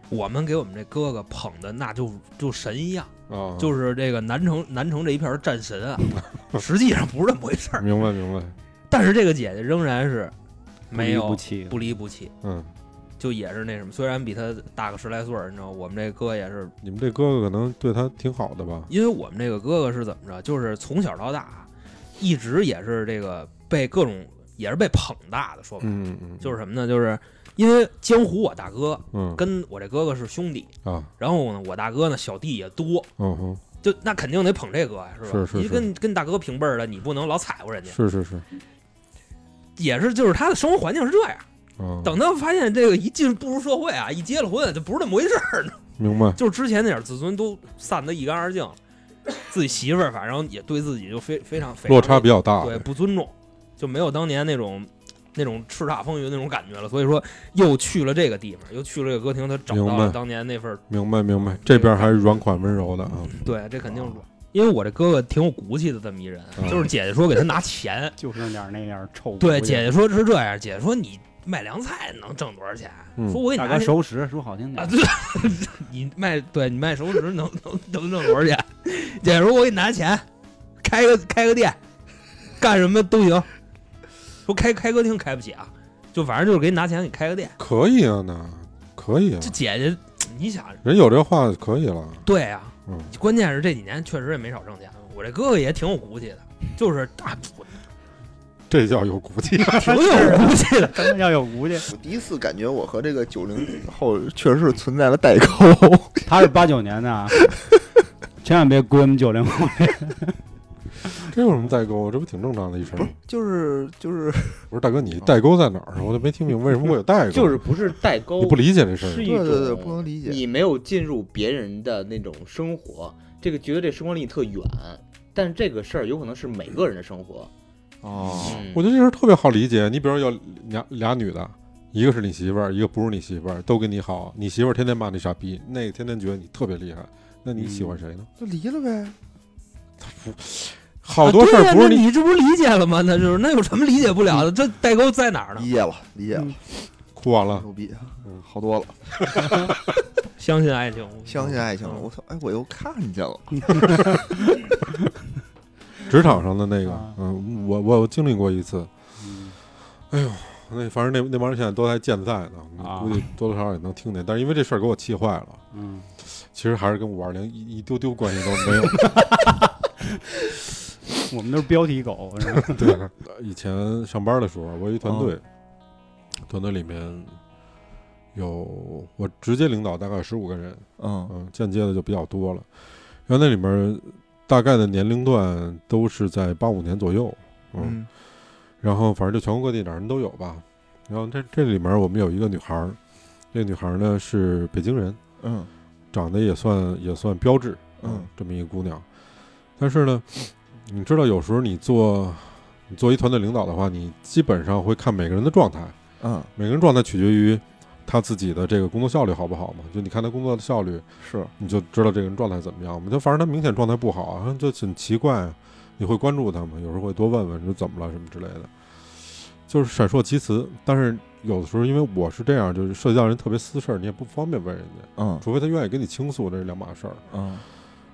Speaker 6: 我们给我们这哥哥捧的那就就神一样，
Speaker 2: 啊，
Speaker 6: 就是这个南城南城这一片儿战神啊，实际上不是这么回事儿。
Speaker 2: 明白明白，
Speaker 6: 但是这个姐姐仍然是没有
Speaker 5: 不气
Speaker 6: 不离不弃，
Speaker 2: 嗯，
Speaker 6: 就也是那什么，虽然比她大个十来岁儿，你知道，我们这哥也是，
Speaker 2: 你们这哥哥可能对他挺好的吧？
Speaker 6: 因为我们这个哥哥是怎么着，就是从小到大啊一直也是这个被各种也是被捧大的，说白了。
Speaker 2: 嗯嗯嗯，
Speaker 6: 就是什么呢？就是因为江湖我大哥
Speaker 2: 嗯
Speaker 6: 跟我这哥哥是兄弟，
Speaker 2: 啊
Speaker 6: 然后呢，我大哥呢小弟也多，
Speaker 2: 嗯哼，
Speaker 6: 就那肯定得捧这哥呀，是吧？
Speaker 2: 是是
Speaker 6: 你
Speaker 2: 是
Speaker 6: 跟跟大哥平辈儿的，你不能老踩过人家。
Speaker 2: 是是是，
Speaker 6: 也是，就是他的生活环境是这样。
Speaker 2: 嗯，
Speaker 6: 等他发现这个一进步入社会啊，一结了婚，就不是那么回事儿，
Speaker 2: 明白，
Speaker 6: 就是之前那点自尊都散得一干二净了。自己媳妇儿反正也对自己就非非常非常
Speaker 2: 落差比较大，
Speaker 6: 对，不尊重，就没有当年那种那种叱咤风云那种感觉了。所以说，又去了这个地方，又去了这个歌厅，他找到
Speaker 2: 明白
Speaker 6: 了当年那份儿
Speaker 2: 明白明白，这边还是软款温柔的啊，嗯
Speaker 6: 对，这肯定是软。因为我这哥哥挺有骨气的，这么一人，啊就是姐姐说给他拿 钱，
Speaker 5: 就是那点儿那点儿臭。
Speaker 6: 对，姐姐说是这样，姐姐说你卖凉菜能挣多少钱？
Speaker 2: 嗯
Speaker 6: 说我给你
Speaker 5: 大
Speaker 6: 拿
Speaker 5: 哥
Speaker 6: 钱
Speaker 5: 熟食，说好听
Speaker 6: 啊，
Speaker 5: 点，
Speaker 6: 对，你卖对你卖熟食能 能能挣多少钱？姐说我给你拿钱，开个开个店，干什么都行。说开开歌厅开不起啊，就反正就是给你拿钱给你开个店。
Speaker 2: 可以啊，那可以啊
Speaker 6: 这，姐姐，你想
Speaker 2: 人有这话可以了，
Speaker 6: 对啊，
Speaker 2: 嗯
Speaker 6: 关键是这几年确实也没少挣钱。我这哥哥也挺有骨气的，就是啊，
Speaker 2: 这叫有骨气。
Speaker 6: 挺 有骨气的。
Speaker 5: 真的要有骨气。
Speaker 4: 我第一次感觉我和这个九零后确实是存在了代沟。
Speaker 5: 他是八九年的 啊，千万别归我们九零后。
Speaker 2: 这有什么代沟？这不挺正常的一事儿吗？
Speaker 4: 就是就是
Speaker 2: 我说大哥，
Speaker 6: 啊
Speaker 2: 你代沟在哪儿？啊我就没听明白为什么会有代沟。
Speaker 3: 就是不是代沟，
Speaker 6: 哦
Speaker 2: 你不理解这事
Speaker 3: 是
Speaker 2: 儿，
Speaker 3: 一
Speaker 4: 对
Speaker 3: 种
Speaker 4: 对对，不能理解。
Speaker 3: 你没有进入别人的那种生活，这个觉得这生活离你特远，但这个事儿有可能是每个人的生活。嗯
Speaker 4: 哦
Speaker 2: 我觉得这事儿特别好理解。你比如有俩俩女的，一个是你媳妇儿，一个不是你媳妇儿，都跟你好，你媳妇儿天天骂你傻逼，那个天天觉得你特别厉害，那你
Speaker 6: 嗯
Speaker 2: 喜欢谁呢？
Speaker 4: 就离了呗。
Speaker 2: 好多事儿不是
Speaker 6: 你，
Speaker 2: 你。
Speaker 6: 你这不是理解了吗？那就是那有什么理解不了的？这代沟在哪儿呢
Speaker 4: 理？解了，理解了，
Speaker 2: 哭完了，
Speaker 4: 牛逼
Speaker 2: 嗯，
Speaker 4: 好多了，
Speaker 6: 相信爱情，
Speaker 4: 相信爱情了。我操，哎，我又看见了，
Speaker 2: 职场上的那个
Speaker 5: 啊，
Speaker 2: 嗯，我我我经历过一次，
Speaker 5: 嗯
Speaker 2: 那反正那那帮人现在都还健在呢，
Speaker 5: 啊
Speaker 2: 估计多多少少也能听见。但是因为这事儿给我气坏了，
Speaker 5: 嗯，
Speaker 2: 其实还是跟五二零一一丢丢关系都没有。
Speaker 5: 我们都是标题狗，是吧？
Speaker 2: 对， 以前上班的时候，我有一团队，
Speaker 5: 嗯
Speaker 2: 团队里面有我直接领导大概十五个人，
Speaker 4: 嗯
Speaker 2: 嗯，间接的就比较多了。然后那里面大概的年龄段都是在八五年左右，嗯，
Speaker 4: 嗯
Speaker 2: 然后反正就全国各地哪儿人都有吧。然后这这里面我们有一个女孩儿，这个女孩儿呢是北京人，
Speaker 4: 嗯
Speaker 2: 长得也算也算标致，
Speaker 4: 嗯，
Speaker 2: 这么一个姑娘。但是呢，你知道，有时候你做你做一团队领导的话，你基本上会看每个人的状态，
Speaker 4: 嗯，
Speaker 2: 每个人状态取决于他自己的这个工作效率好不好嘛？就你看他工作的效率，
Speaker 4: 是
Speaker 2: 你就知道这个人状态怎么样嘛。就反正他明显状态不好啊，就很奇怪，你会关注他吗？有时候会多问问，你说怎么了什么之类的，就是闪烁其词。但是有的时候，因为我是这样，就是涉及到人特别私事儿，你也不方便问人家，
Speaker 4: 嗯
Speaker 2: 除非他愿意跟你倾诉，这是两码事儿。
Speaker 4: 嗯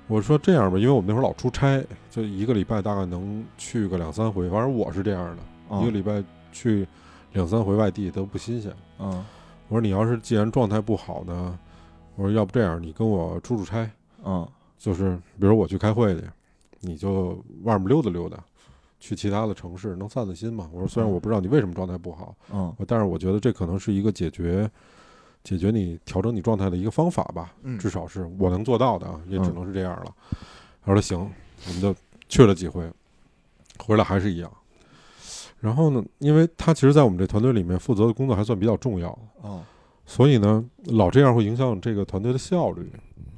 Speaker 2: 我说这样吧，因为我们那会儿老出差，就一个礼拜大概能去个两三回，反正我是这样的，一个
Speaker 4: 嗯
Speaker 2: 礼拜去两三回外地都不新鲜。
Speaker 4: 嗯
Speaker 2: 我说你要是既然状态不好呢，我说要不这样，你跟我出出差，
Speaker 4: 嗯
Speaker 2: 就是比如我去开会去，你就外面溜达溜达，去其他的城市能散散心嘛。我说虽然我不知道你为什么状态不好，
Speaker 4: 嗯
Speaker 2: 呃我但是我觉得这可能是一个解决解决你调整你状态的一个方法吧，
Speaker 4: 嗯
Speaker 2: 至少是我能做到的啊，也只
Speaker 4: 嗯
Speaker 2: 能是这样了。他说行，我们就去了几回，回来还是一样。然后呢，因为他其实，在我们这团队里面负责的工作还算比较重要，
Speaker 4: 嗯
Speaker 2: 所以呢，老这样会影响这个团队的效率，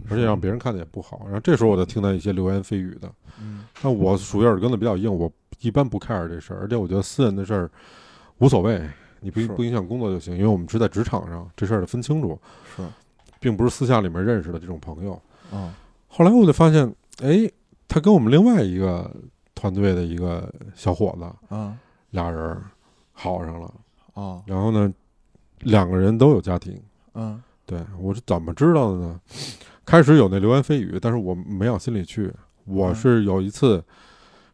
Speaker 2: 而且让别人看的也不好。然后这时候我就听到一些流言蜚语的，
Speaker 4: 嗯
Speaker 2: 但我属于耳根子比较硬，我一般不 care 这事儿，而且我觉得私人的事儿无所谓，你不
Speaker 4: 是
Speaker 2: 不影响工作就行，因为我们是在职场上，这事儿得分清楚，
Speaker 4: 是
Speaker 2: 并不是私下里面认识的这种朋友。
Speaker 4: 嗯
Speaker 2: 后来我就发现，哎，他跟我们另外一个团队的一个小伙子，
Speaker 4: 嗯
Speaker 2: 俩人儿好上了，
Speaker 4: 哦
Speaker 2: 然后呢，两个人都有家庭。
Speaker 4: 嗯
Speaker 2: 对我是怎么知道的呢？开始有那流言蜚语，但是我没往心里去。我
Speaker 4: 嗯
Speaker 2: 是有一次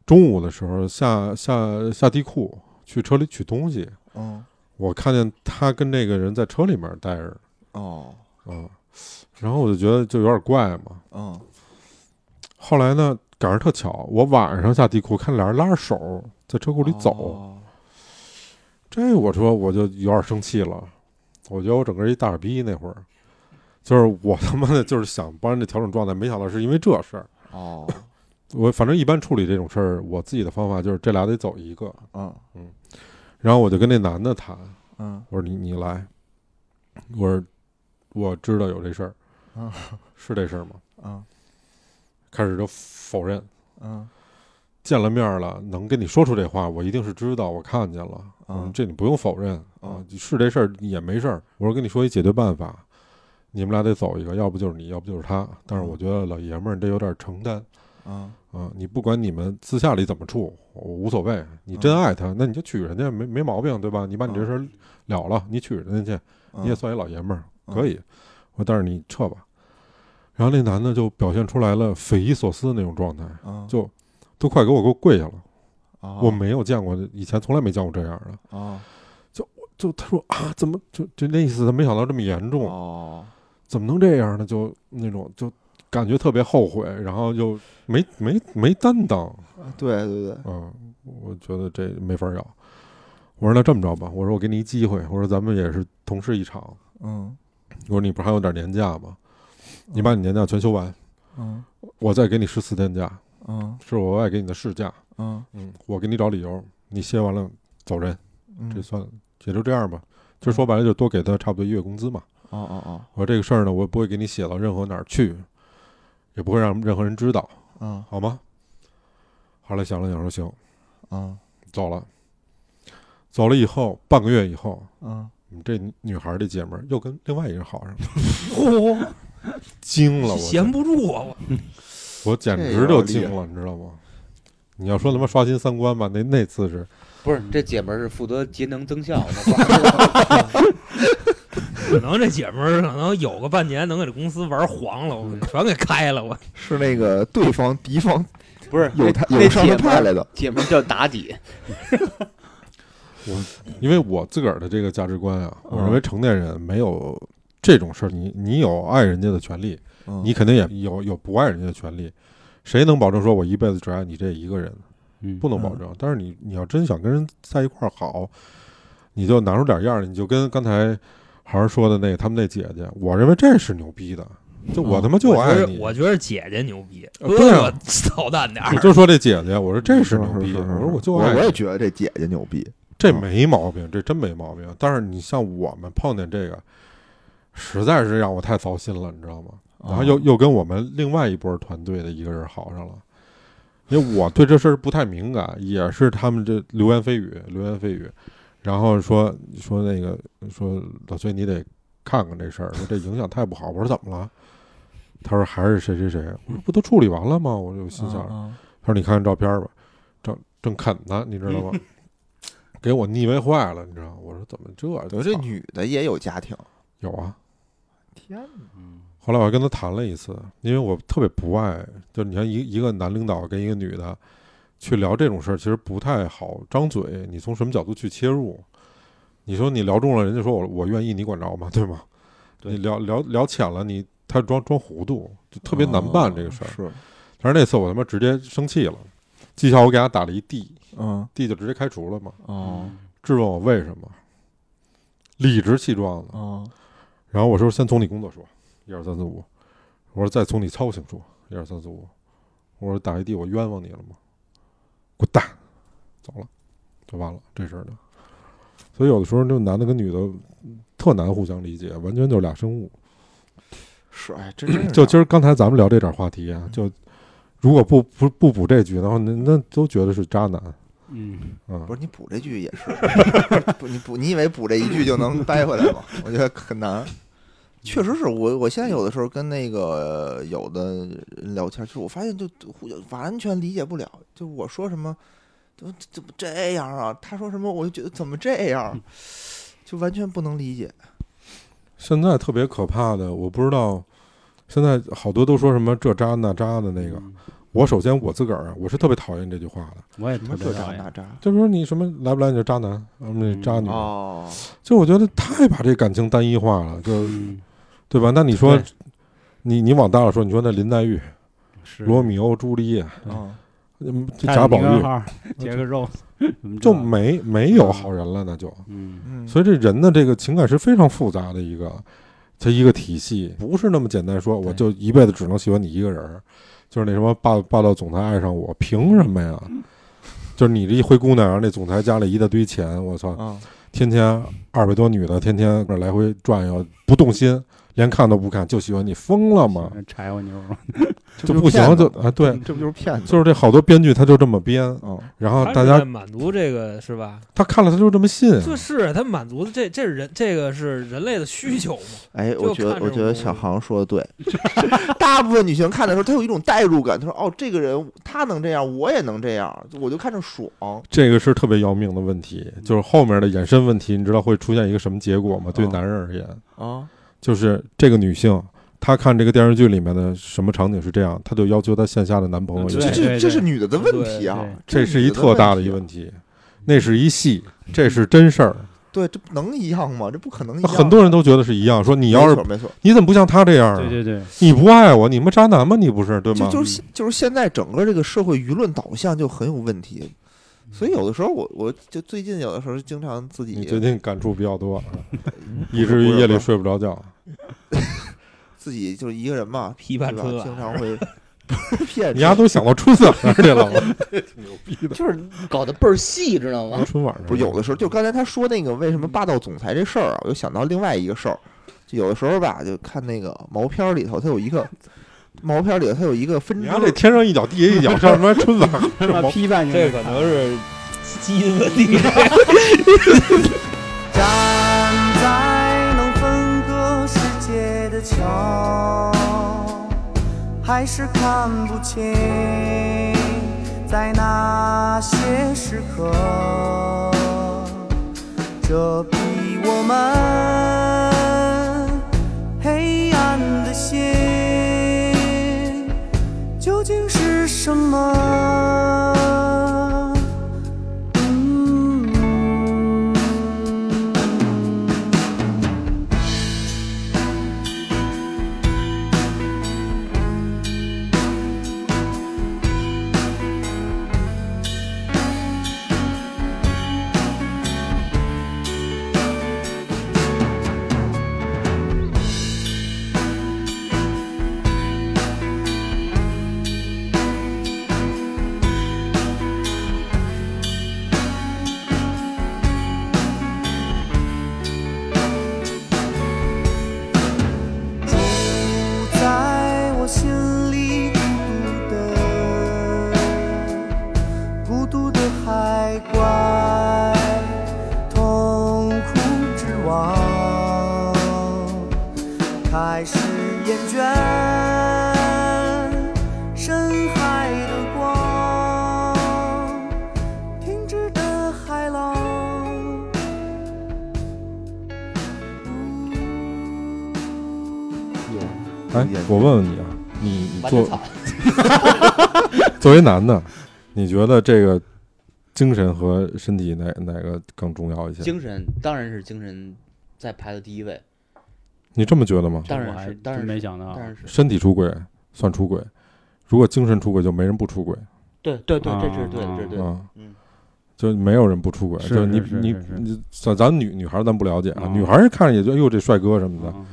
Speaker 2: 中午的时候下下下地库去车里取东西，
Speaker 4: 嗯
Speaker 2: 我看见他跟那个人在车里面待着
Speaker 4: 哦
Speaker 2: 啊、然后我就觉得就有点怪嘛。
Speaker 4: 嗯
Speaker 2: 后来呢，赶上特巧，我晚上下地库看俩人拉着手在车库里走，
Speaker 4: 哦
Speaker 2: 这我说我就有点生气了，我觉得我整个一大傻逼那会儿，就是我他妈的就是想帮人家调整状态，没想到是因为这事儿。
Speaker 4: 哦
Speaker 2: 我反正一般处理这种事儿，我自己的方法就是这俩得走一个，
Speaker 4: 嗯
Speaker 2: 然后我就跟那男的谈，
Speaker 4: 嗯
Speaker 2: 我说你你来，我说我知道有这事儿，
Speaker 4: 嗯
Speaker 2: 是这事儿吗？
Speaker 4: 嗯
Speaker 2: 开始就否认，
Speaker 4: 嗯
Speaker 2: 见了面儿了，能跟你说出这话，我一定是知道，我看见了，
Speaker 4: 嗯
Speaker 2: 这你不用否认啊
Speaker 4: 嗯，
Speaker 2: 是这事儿也没事儿。我说跟你说一解决办法，你们俩得走一个，要不就是你，要不就是他。但是我觉得老爷们儿这有点承担
Speaker 4: 嗯
Speaker 2: 啊，你不管你们私下里怎么处，我无所谓。你真爱他，那你就娶人家，没没毛病，对吧？你把你这事儿了了，你娶人家去，
Speaker 4: 嗯
Speaker 2: 你也算一老爷们儿，
Speaker 4: 嗯
Speaker 2: 可以。我说但是你撤吧。然后那男的就表现出来了匪夷所思那种状态，
Speaker 4: 嗯
Speaker 2: 就都快给我给我跪下了。
Speaker 4: 哦
Speaker 2: 我没有见过，以前从来没见过这样的。
Speaker 4: 哦
Speaker 2: 就他说啊，怎么就就那意思？他没想到这么严重，
Speaker 4: 哦
Speaker 2: 怎么能这样呢？就那种就感觉特别后悔，然后又没 没没担当。
Speaker 4: 对对对
Speaker 2: 嗯，我觉得这没法要。我说那这么着吧，我说我给你一机会，我说咱们也是同事一场，
Speaker 4: 嗯
Speaker 2: 我说你不是还有点年假吗？你把你年假全休完，
Speaker 4: 嗯
Speaker 2: 我再给你十四天假，
Speaker 4: 嗯
Speaker 2: 是我额外给你的事假。
Speaker 4: 嗯
Speaker 2: 嗯，我给你找理由，你歇完了走人。
Speaker 4: 嗯
Speaker 2: 这算也就这样吧。就说白了，就多给他差不多一月工资嘛。
Speaker 4: 哦哦哦
Speaker 2: 我说这个事儿呢，我也不会给你写到任何哪儿去，也不会让任何人知道，
Speaker 4: 嗯
Speaker 2: 好吗？后来想了想，说行，
Speaker 4: 嗯
Speaker 2: 走了。走了以后，半个月以后，
Speaker 4: 嗯
Speaker 2: 我们这女孩儿这姐们儿又跟另外一人好 上了，
Speaker 6: 嚯，
Speaker 2: 惊了我，
Speaker 6: 闲不住 啊！我
Speaker 2: 我简直就惊了，你知道吗？你要说他妈刷新三观吧，那那次是
Speaker 3: 不是，这姐们儿是负责节能增 效的，
Speaker 6: 可能这姐们儿可能有个半年能给这公司玩黄了，我
Speaker 2: 嗯
Speaker 6: 全给开了，我
Speaker 4: 是那个对方敌方
Speaker 3: 不是
Speaker 4: 有
Speaker 3: 那
Speaker 4: 他
Speaker 3: 那
Speaker 4: 有上
Speaker 3: 姐
Speaker 4: 头
Speaker 3: 们
Speaker 4: 派
Speaker 3: 儿
Speaker 4: 来的
Speaker 3: 姐们儿叫妲己，
Speaker 2: 因为我自个儿的这个价值观啊，我
Speaker 4: 嗯
Speaker 2: 认为成年人没有这种事儿，你你有爱人家的权利，
Speaker 4: 嗯
Speaker 2: 你肯定也有有不爱人家的权利。谁能保证说我一辈子只爱你这一个人？
Speaker 5: 嗯
Speaker 2: 不能保证。但是你你要真想跟人在一块儿好，你就拿出点样儿来，你就跟刚才孩儿说的那他们那姐姐，我认为这是牛逼的。就我他妈就
Speaker 6: 我觉
Speaker 2: 爱
Speaker 6: 得
Speaker 2: 你，
Speaker 6: 我觉得姐姐牛逼，
Speaker 2: 呃
Speaker 6: 哥
Speaker 2: 对啊
Speaker 6: 哥操蛋点儿
Speaker 2: 我。就说这姐姐，我说这是牛逼，
Speaker 4: 是是是
Speaker 2: 我说我就
Speaker 4: 我
Speaker 2: 爱
Speaker 4: 我也
Speaker 2: 你，
Speaker 4: 觉得这姐姐牛逼，
Speaker 2: 这没毛病，这真没毛病。但是你像我们碰见这个，实在是让我太糟心了，你知道吗？然
Speaker 4: 啊
Speaker 2: 后又又跟我们另外一波团队的一个人好上了，因为我对这事儿不太敏感，也是他们这流言蜚语，流言蜚语，然后说说那个说老崔你得看看这事儿，说这影响太不好。我说怎么了？他说还是谁谁谁。我说不都处理完了吗？我就心想，
Speaker 4: 嗯
Speaker 2: 他说你看看照片吧，正正啃呢，你知道吗？给我腻歪坏了，你知道吗？我说怎么这样？
Speaker 4: 等于这女的也有家庭，
Speaker 2: 有啊。
Speaker 4: 天哪！
Speaker 5: 嗯
Speaker 2: 后来我还跟他谈了一次，因为我特别不爱，就是你看一一个男领导跟一个女的去聊这种事儿，其实不太好张嘴。你从什么角度去切入？你说你聊中了，人家说我我愿意，你管着吗？对吗？
Speaker 5: 对
Speaker 2: 你聊聊聊浅了，你他装装糊涂，就特别难办这个事儿。
Speaker 4: 是，
Speaker 2: 但是那次我他妈直接生气了，绩效我给他打了一 D，
Speaker 4: 嗯
Speaker 2: D 就直接开除了嘛，
Speaker 4: 哦
Speaker 2: 质问我为什么，理直气壮的。
Speaker 4: 哦，
Speaker 2: 然后我说先从你工作说，一二三四五，我说再从你操行说，一二三四五，我说打一地我冤枉你了吗？滚蛋，走了，就完了这事儿就。所以有的时候就男的跟女的嗯特难互相理解，完全就是俩生物。
Speaker 4: 是，哎，真是嗯
Speaker 2: 就
Speaker 4: 这
Speaker 2: 今儿刚才咱们聊这点话题啊，就如果不不不补这局的话，那那都觉得是渣男。
Speaker 5: 嗯，
Speaker 2: 嗯
Speaker 4: 样，不，是你补这句也是， 不你补你以为补这一句就能掰回来吗？ 我觉得很难。确实是我，我现在有的时候跟那个有的人聊天，就是我发现就互完全理解不了，就我说什么，就怎么这样啊？他说什么，我就觉得怎么这样，就完全不能理解。
Speaker 2: 现在特别可怕的，我不知道，现在好多都说什么这渣那渣的
Speaker 4: 嗯
Speaker 2: 那个。我首先我自个儿啊，我是特别讨厌这句话的。
Speaker 5: 嗯我也
Speaker 4: 什
Speaker 5: 特
Speaker 4: 么
Speaker 5: 别
Speaker 4: 这渣
Speaker 5: 讨厌
Speaker 4: 那。渣？
Speaker 2: 就说你什么来不来你就渣男，啊，你渣女，
Speaker 4: 哦，
Speaker 2: 就我觉得太把这感情单一化了，就
Speaker 5: 嗯，
Speaker 2: 对吧？那你说
Speaker 5: 对，
Speaker 2: 你你往大了说，你说那林黛玉、
Speaker 5: 是
Speaker 2: 罗密欧、朱丽叶、
Speaker 4: 嗯，
Speaker 2: 嗯这贾
Speaker 4: 啊
Speaker 2: 宝玉，
Speaker 5: 玉、杰克肉， 怎么
Speaker 2: 就
Speaker 5: 这
Speaker 2: 没没有好人了，那就。
Speaker 5: 嗯
Speaker 4: 嗯
Speaker 2: 所以这人的这个情感是非常复杂的一个，它一个体系，不是那么简单说我就一辈子只能喜欢你一个人儿，就是那什么霸霸道总裁爱上我，凭什么呀？
Speaker 6: 嗯
Speaker 2: 就是你这一灰姑娘，然后那总裁家里一大堆钱，我操！
Speaker 4: 嗯，
Speaker 2: 天天二百多女的，天天搁那来回转悠，不动心，连看都不看，就喜欢你，疯了吗？
Speaker 5: 柴火妞，
Speaker 2: 就不行就啊，
Speaker 6: 嗯
Speaker 2: 对，
Speaker 4: 这不就是骗子？
Speaker 2: 就是这好多编剧他就这么编，
Speaker 4: 嗯，
Speaker 2: 然后
Speaker 6: 他
Speaker 2: 大
Speaker 6: 是
Speaker 2: 家
Speaker 6: 在满足这个是吧？
Speaker 2: 他看了他就这么信啊，
Speaker 6: 就是他满足的这这是人这个是人类的需求嘛？
Speaker 4: 哎，
Speaker 6: 就
Speaker 4: 我觉得
Speaker 6: 看着
Speaker 4: 我觉得
Speaker 6: 我
Speaker 4: 小航说的对， 大部分女性看的时候，她有一种代入感，她说哦，这个人他能这样，我也能这样，我就看着爽。
Speaker 2: 这个是特别要命的问题，就是后面的衍生问题，你知道会出现一个什么结果吗？对
Speaker 4: 嗯
Speaker 2: 男人而言，
Speaker 4: 啊，
Speaker 2: 就是这个女性。她看这个电视剧里面的什么场景是这样，她就要求她线下的男朋友
Speaker 5: 嗯
Speaker 2: 也
Speaker 5: 对
Speaker 2: 是
Speaker 4: 这
Speaker 2: 这样，
Speaker 5: 对
Speaker 4: 这这是女的的问
Speaker 6: 对
Speaker 4: 题啊
Speaker 5: 对，
Speaker 2: 这是一
Speaker 4: 女的
Speaker 2: 特大的
Speaker 4: 问
Speaker 2: 一
Speaker 4: 题
Speaker 2: 个问题。那是一戏，这是真事儿。啊
Speaker 4: 啊。对，这不能一样吗？这不可能一样。
Speaker 2: 很多人都觉得是一样，说你
Speaker 4: 你
Speaker 2: 要是
Speaker 4: 没错，没错
Speaker 2: 你怎么不像他这样啊？
Speaker 5: 对对对，
Speaker 2: 你不爱我，你们渣男吗？你不是对
Speaker 4: 就
Speaker 2: 吗？
Speaker 4: 就是现就是现在整个这个社会舆论导向就很有问题，所以有的时候我我就最近有的时候经常自己
Speaker 2: 你最近感触比较多，
Speaker 4: 不是
Speaker 2: 以至于
Speaker 4: 不是
Speaker 2: 夜
Speaker 4: 不
Speaker 2: 里
Speaker 4: 是
Speaker 2: 睡不着觉。
Speaker 4: 自己就是一个人嘛，
Speaker 6: 批判
Speaker 4: 对吧？
Speaker 6: 春
Speaker 4: 经
Speaker 6: 晚，
Speaker 4: 常会 不是骗
Speaker 2: 你丫
Speaker 4: 子
Speaker 2: 都想到春晚上去了，挺牛逼的。
Speaker 3: 就是 搞得倍儿细，知道吗？
Speaker 2: 春晚上
Speaker 4: 不是有的时候，就刚才他说那个为什么霸道总裁这事儿啊，我又想到另外一个事儿，就有的时候吧，就看那个毛片儿里头，它有一个毛片儿里头它有一个分
Speaker 2: 你
Speaker 4: 支
Speaker 2: 丫，这天上一脚地下一脚，上什么春晚？
Speaker 5: 他妈批判性
Speaker 6: 这可能是基因问题。
Speaker 7: 站在能分割世界的桥，还是看不清，在那些时刻，遮蔽我们黑暗的心，究竟是什么？嗯
Speaker 4: 逐
Speaker 2: 哎
Speaker 4: 渐，
Speaker 2: 我问问你啊，你你
Speaker 3: 完全
Speaker 2: 作
Speaker 3: 惨。
Speaker 2: 作为男的，你觉得这个精神和身体哪哪个更重要一些？
Speaker 3: 嗯精神当然是精神在排到第一位，
Speaker 2: 你这么觉得吗？
Speaker 3: 当
Speaker 5: 我
Speaker 3: 然
Speaker 5: 还
Speaker 3: 是，当
Speaker 5: 真
Speaker 3: 然
Speaker 5: 没
Speaker 3: 是，
Speaker 5: 想到
Speaker 4: 啊
Speaker 3: 当，然是，
Speaker 2: 身体出轨算出轨，如果精神出轨就没人不出轨
Speaker 3: 对对对，这是对的，
Speaker 5: 啊
Speaker 3: 这是对的。
Speaker 2: 啊。
Speaker 3: 嗯，
Speaker 2: 就没有人不出轨，
Speaker 5: 是
Speaker 2: 就是你
Speaker 5: 是是
Speaker 2: 你
Speaker 5: 是是
Speaker 2: 你，咱咱女女孩儿咱不了解啊，
Speaker 5: 嗯
Speaker 2: 女孩儿看着也就哎呦这帅哥什么的，
Speaker 5: 嗯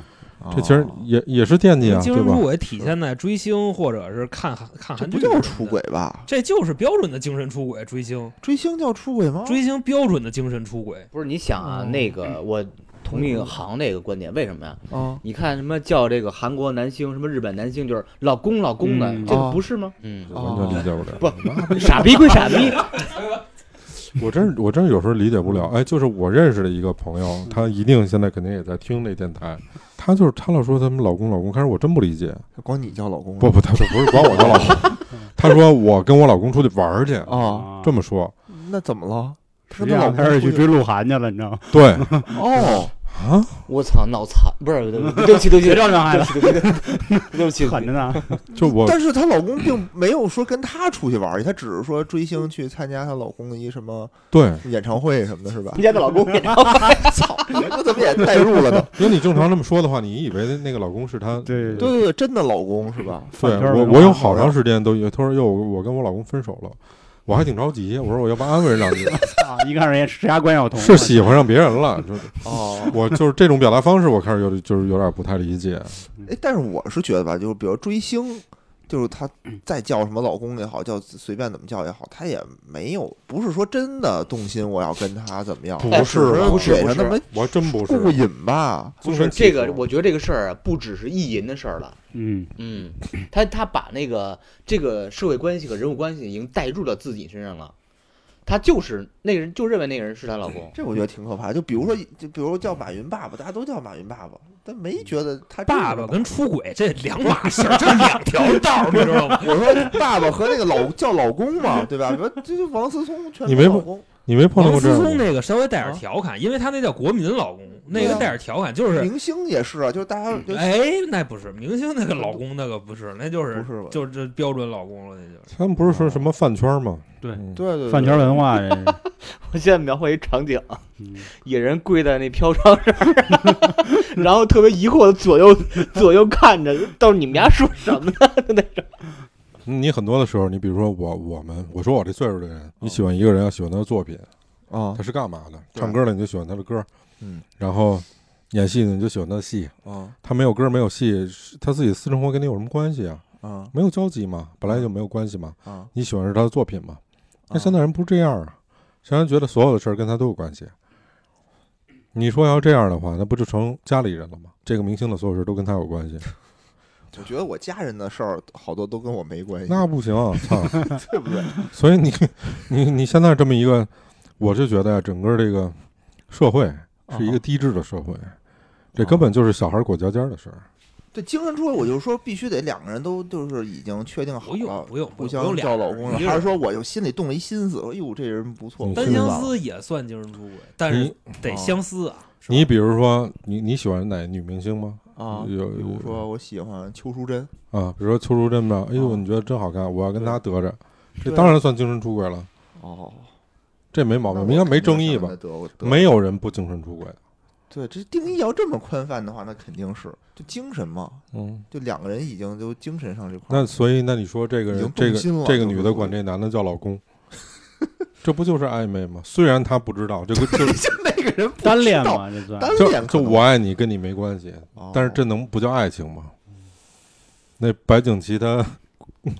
Speaker 2: 这其实
Speaker 4: 啊
Speaker 2: 也也是惦记啊，
Speaker 6: 精
Speaker 2: 对
Speaker 6: 神
Speaker 2: 吧
Speaker 6: 出？轨体现在追星或者是看韩看
Speaker 4: 这
Speaker 6: 韩剧
Speaker 4: 不
Speaker 6: 什么
Speaker 4: 叫
Speaker 6: 的
Speaker 4: 出轨，吧？
Speaker 6: 这就是标准的精神出轨。追星，
Speaker 4: 追星叫出轨吗？
Speaker 6: 追星标准的精神出
Speaker 4: 嗯
Speaker 6: 轨。
Speaker 3: 不是你想啊，那个我同意航那个观点，为什么呀？
Speaker 4: 啊，
Speaker 3: 你看什么叫这个韩国男星，什么日本男星，就是老公老公的，
Speaker 5: 嗯
Speaker 3: 这个
Speaker 4: 哦
Speaker 3: 不是吗？嗯，
Speaker 2: 完全理解不了。
Speaker 3: 不，傻逼归傻逼，
Speaker 2: 我真是我真是有时候理解不了。哎，就是我认识的一个朋友，她一定现在肯定也在听这电台。她就是她老说他们老公老公，开始我真不理解。
Speaker 5: 嗯
Speaker 4: 光你叫老公啊
Speaker 2: 不不，她说不是管我叫老公，她说我跟我老公出去玩儿去，
Speaker 4: 啊？
Speaker 2: 这么说。
Speaker 4: 那怎么了？
Speaker 5: 实
Speaker 4: 跟
Speaker 5: 际
Speaker 4: 她老
Speaker 5: 上
Speaker 4: 公
Speaker 5: 开始去
Speaker 4: 出
Speaker 5: 追鹿晗去了，你知道吗？
Speaker 2: 对
Speaker 4: 哦，
Speaker 2: 啊，
Speaker 3: 我操，脑残，不是，对不起，对不起，
Speaker 5: 别
Speaker 3: 对
Speaker 5: 招伤害了
Speaker 3: 不，起，对不起，对不起对不起，
Speaker 5: 狠着呢。
Speaker 2: 就我
Speaker 4: 但是她老公并没有说跟她出去玩儿去，她只是说追星去参加她老公的一什么
Speaker 2: 对，
Speaker 4: 演唱会什么的，是吧
Speaker 3: 人？家的老公给他
Speaker 4: 操，这怎么也代入 了呢？
Speaker 2: 因为你正常这么说的话，你以为那个老公是她
Speaker 5: 对
Speaker 4: 对对对，真的老公是吧？
Speaker 2: 对
Speaker 5: 饭圈儿
Speaker 2: 我，
Speaker 5: 文
Speaker 2: 我有
Speaker 5: 化
Speaker 2: 好长时间都以为，他说哟，我跟我老公分手了，我还挺着急，我说我要不安慰两 句，
Speaker 5: 啊，一看人家谁家关系有同
Speaker 2: 是喜欢上别人了，就是
Speaker 4: 哦，
Speaker 2: 我就是这种表达方式，我开始有就是有点不太理解，
Speaker 4: 哎，但是我是觉得吧，就是比如追星，就是她再叫什么老公也好，叫随便怎么叫也好，她也没有不是说真的动心，我要跟他怎么样，
Speaker 2: 不
Speaker 4: 哎
Speaker 2: 是
Speaker 4: 只
Speaker 2: 吧
Speaker 4: 是
Speaker 2: 不是
Speaker 4: 嘴
Speaker 3: 不
Speaker 4: 上
Speaker 3: 是
Speaker 4: 那么
Speaker 2: 我真不
Speaker 4: 过过
Speaker 2: 是。
Speaker 4: 瘾吧？
Speaker 3: 不
Speaker 2: 精
Speaker 3: 是
Speaker 2: 神
Speaker 3: 这
Speaker 2: 寄
Speaker 3: 个，
Speaker 2: 托
Speaker 3: 我觉得这个事儿啊，不只是意淫的事儿了。
Speaker 5: 嗯，
Speaker 3: 嗯，他他把那个这个社会关系和人物关系已经带入到自己身上了，他就是那个人就认为那个人是她老公。
Speaker 4: 这我觉得挺可怕。就比如说，就比如叫马云爸爸，大家都叫马云爸爸，但没觉得他真
Speaker 6: 爸
Speaker 4: 是
Speaker 6: 爸
Speaker 4: 老
Speaker 6: 跟出轨这两码事儿，这两条道儿，你知道吗？
Speaker 4: 我说爸爸和那个老叫老公嘛，对吧？比如这就王思聪全
Speaker 2: 你
Speaker 4: 是
Speaker 2: 没
Speaker 4: 老
Speaker 2: 碰
Speaker 4: 公，
Speaker 2: 你没碰到过
Speaker 6: 王
Speaker 2: 这
Speaker 6: 思
Speaker 2: 样
Speaker 6: 聪
Speaker 2: 的？
Speaker 6: 那个稍微带
Speaker 4: 啊
Speaker 6: 点调侃，因为他那叫国民老公，那个带点调侃就是，
Speaker 4: 明星也是啊，就是大
Speaker 2: 嗯
Speaker 4: 家就
Speaker 6: 哎，那不是明星那个老公，那个不是，那就是
Speaker 4: 不是吧
Speaker 6: 就是这标准老公了，那就是。
Speaker 2: 他们不是说什么饭圈吗？
Speaker 5: 对
Speaker 2: 嗯
Speaker 4: 对对对
Speaker 5: 饭圈文化这是。
Speaker 3: 我现在描绘一场景，
Speaker 5: 嗯
Speaker 3: 野人跪在那飘窗上， 然后特别疑惑的左右左右看着，到底你们家说什么呢？
Speaker 2: 你很多的时候，你比如说我我们，我说我这岁数的人，你喜欢一个人要喜欢他的作品，
Speaker 4: 啊
Speaker 2: 他是干嘛的？
Speaker 4: 对
Speaker 2: 唱歌的你就喜欢他的歌，
Speaker 4: 嗯，
Speaker 2: 然后演戏的你就喜欢他的戏。
Speaker 4: 啊
Speaker 2: 他没有歌没有戏，是他自己私生活跟你有什么关系啊？
Speaker 4: 啊
Speaker 2: 没有交集嘛，本来就没有关系嘛。
Speaker 4: 啊！
Speaker 2: 你喜欢是他的作品吗？那
Speaker 4: 啊
Speaker 2: 现在人不是这样啊，现在人觉得所有的事儿跟他都有关系。你说要这样的话，那不就成家里人了吗？这个明星的所有事儿都跟他有关系，
Speaker 4: 我觉得我家人的事儿好多都跟我没关系，
Speaker 2: 那不行、啊，操！
Speaker 4: 对不对？
Speaker 2: 所以你， 你，你现在这么一个，我就觉得呀，整个这个社会
Speaker 4: 啊
Speaker 2: 是一个低智的社会，这根本就是小孩儿裹脚尖儿的事儿。
Speaker 4: 对精神出轨，我就说必须得两个人都就是已经确定好
Speaker 6: 不用
Speaker 4: 了，
Speaker 6: 不用
Speaker 4: 互
Speaker 6: 不用，不
Speaker 4: 相
Speaker 6: 用俩
Speaker 4: 叫老公了，
Speaker 6: 一个
Speaker 4: 还是
Speaker 6: 人
Speaker 4: 说我就心里动了一心思，说哎哟这人不错，
Speaker 2: 嗯
Speaker 4: 我
Speaker 6: 单
Speaker 4: 真
Speaker 6: 相
Speaker 4: 忘了
Speaker 6: 思也算精神出轨，但是得相思啊。是吧
Speaker 2: 你比如说，你你喜欢哪女明星吗？
Speaker 4: 啊，
Speaker 2: 有
Speaker 4: 比如说我喜欢邱淑贞，
Speaker 2: 啊，比如说邱淑贞吧，哎呦，
Speaker 4: 啊
Speaker 2: 你觉得真好看，我要跟她得着，这
Speaker 4: 对
Speaker 2: 当然算精神出轨了，
Speaker 4: 哦，
Speaker 2: 这没毛
Speaker 4: 那
Speaker 2: 病，
Speaker 4: 我
Speaker 2: 应该没
Speaker 4: 肯定
Speaker 2: 争议
Speaker 4: 想
Speaker 2: 吧
Speaker 4: 跟？他得过？得
Speaker 2: 没有人不精神出轨的，
Speaker 4: 对，这定义要这么宽泛的话，那肯定是就精神嘛，
Speaker 2: 嗯，
Speaker 4: 就两个人已经就精神上这块儿。
Speaker 2: 那所以那你说这个
Speaker 4: 啊已
Speaker 2: 人
Speaker 4: 经
Speaker 2: 这
Speaker 4: 动
Speaker 2: 个
Speaker 4: 心了
Speaker 2: 这个
Speaker 4: 就是
Speaker 2: 女的
Speaker 4: 说
Speaker 2: 管这男的叫老 公，这不就是暧昧吗？虽然她不知道这个 就
Speaker 4: 就那个人不
Speaker 5: 单恋
Speaker 4: 知道，
Speaker 5: 嘛，这算
Speaker 4: 单
Speaker 2: 就
Speaker 4: 恋
Speaker 2: 就
Speaker 4: 可能
Speaker 2: 我，爱你跟你没关系，
Speaker 4: 哦
Speaker 2: 但是这能不叫爱情吗？那白景琦 她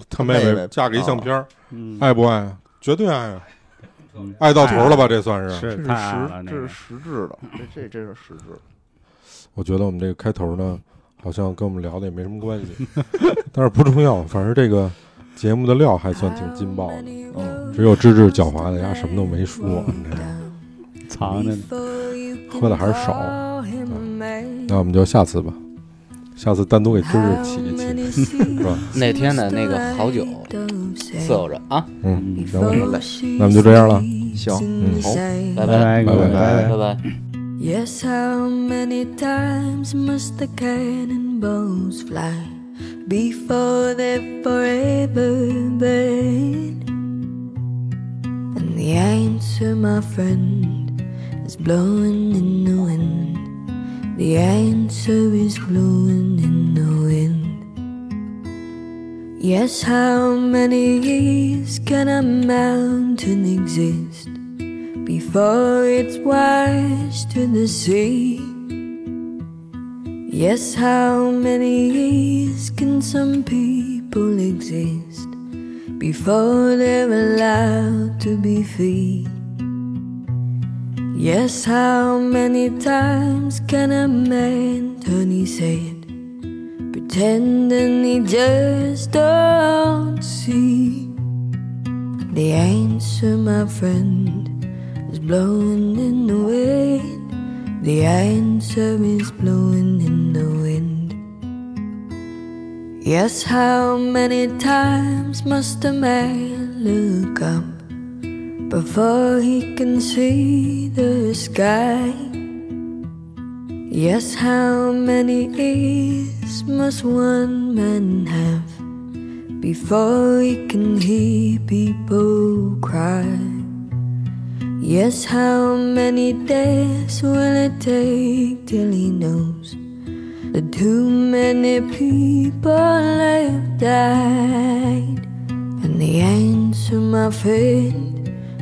Speaker 2: 她妹
Speaker 4: 妹
Speaker 2: 妹
Speaker 4: 妹
Speaker 2: 嫁给一相
Speaker 4: 啊
Speaker 2: 片儿，
Speaker 5: 嗯
Speaker 2: 爱不爱啊？绝对爱啊
Speaker 5: 嗯，
Speaker 2: 爱到头了吧？这算是。
Speaker 4: 这
Speaker 5: 是
Speaker 4: 是
Speaker 5: 太爱了，
Speaker 4: 实，
Speaker 5: 那
Speaker 4: 这
Speaker 5: 个
Speaker 4: 是实质的，这这这是实质的。
Speaker 2: 我觉得我们这个开头呢，好像跟我们聊的也没什么关系， 但是不重要，反正这个节目的料还算挺劲爆的，
Speaker 8: 嗯
Speaker 2: 只有芝芝狡猾的呀，什么都没说，你知道吗
Speaker 5: 藏着呢。
Speaker 8: 啊喝的还是少。
Speaker 3: 嗯
Speaker 8: 嗯
Speaker 2: 那我们就下次吧，下次单独给芝芝起一期，
Speaker 8: 起
Speaker 2: 是吧？
Speaker 3: 哪天的 那个好酒伺候着啊，
Speaker 2: 嗯，行吧，
Speaker 8: 那我们就这样了。
Speaker 4: 行
Speaker 8: 嗯，好，
Speaker 3: 拜
Speaker 5: 拜
Speaker 2: 拜拜
Speaker 5: 拜
Speaker 3: 拜拜。
Speaker 8: Yes, how many times must the cannonballs fly? before they forever burn. And the answer, my friend, is blowing in the wind. The answer is blowing in the wind. Yes, how many years can a mountain exist before it's washed to the sea? Yes, how many years can some people exist before they're allowed to be free? Yes, how many times can a man turn his head, pretending he just don't see? The answer, my friend, is blowing in the wind. The answer is blowing in the wind. Yes, how many times must a man look up before he can see the sky? Yes, how many ears must one man have before he can hear people cry? Yes, how many days will it take till he knows that too many people have died? And the answer, my friend,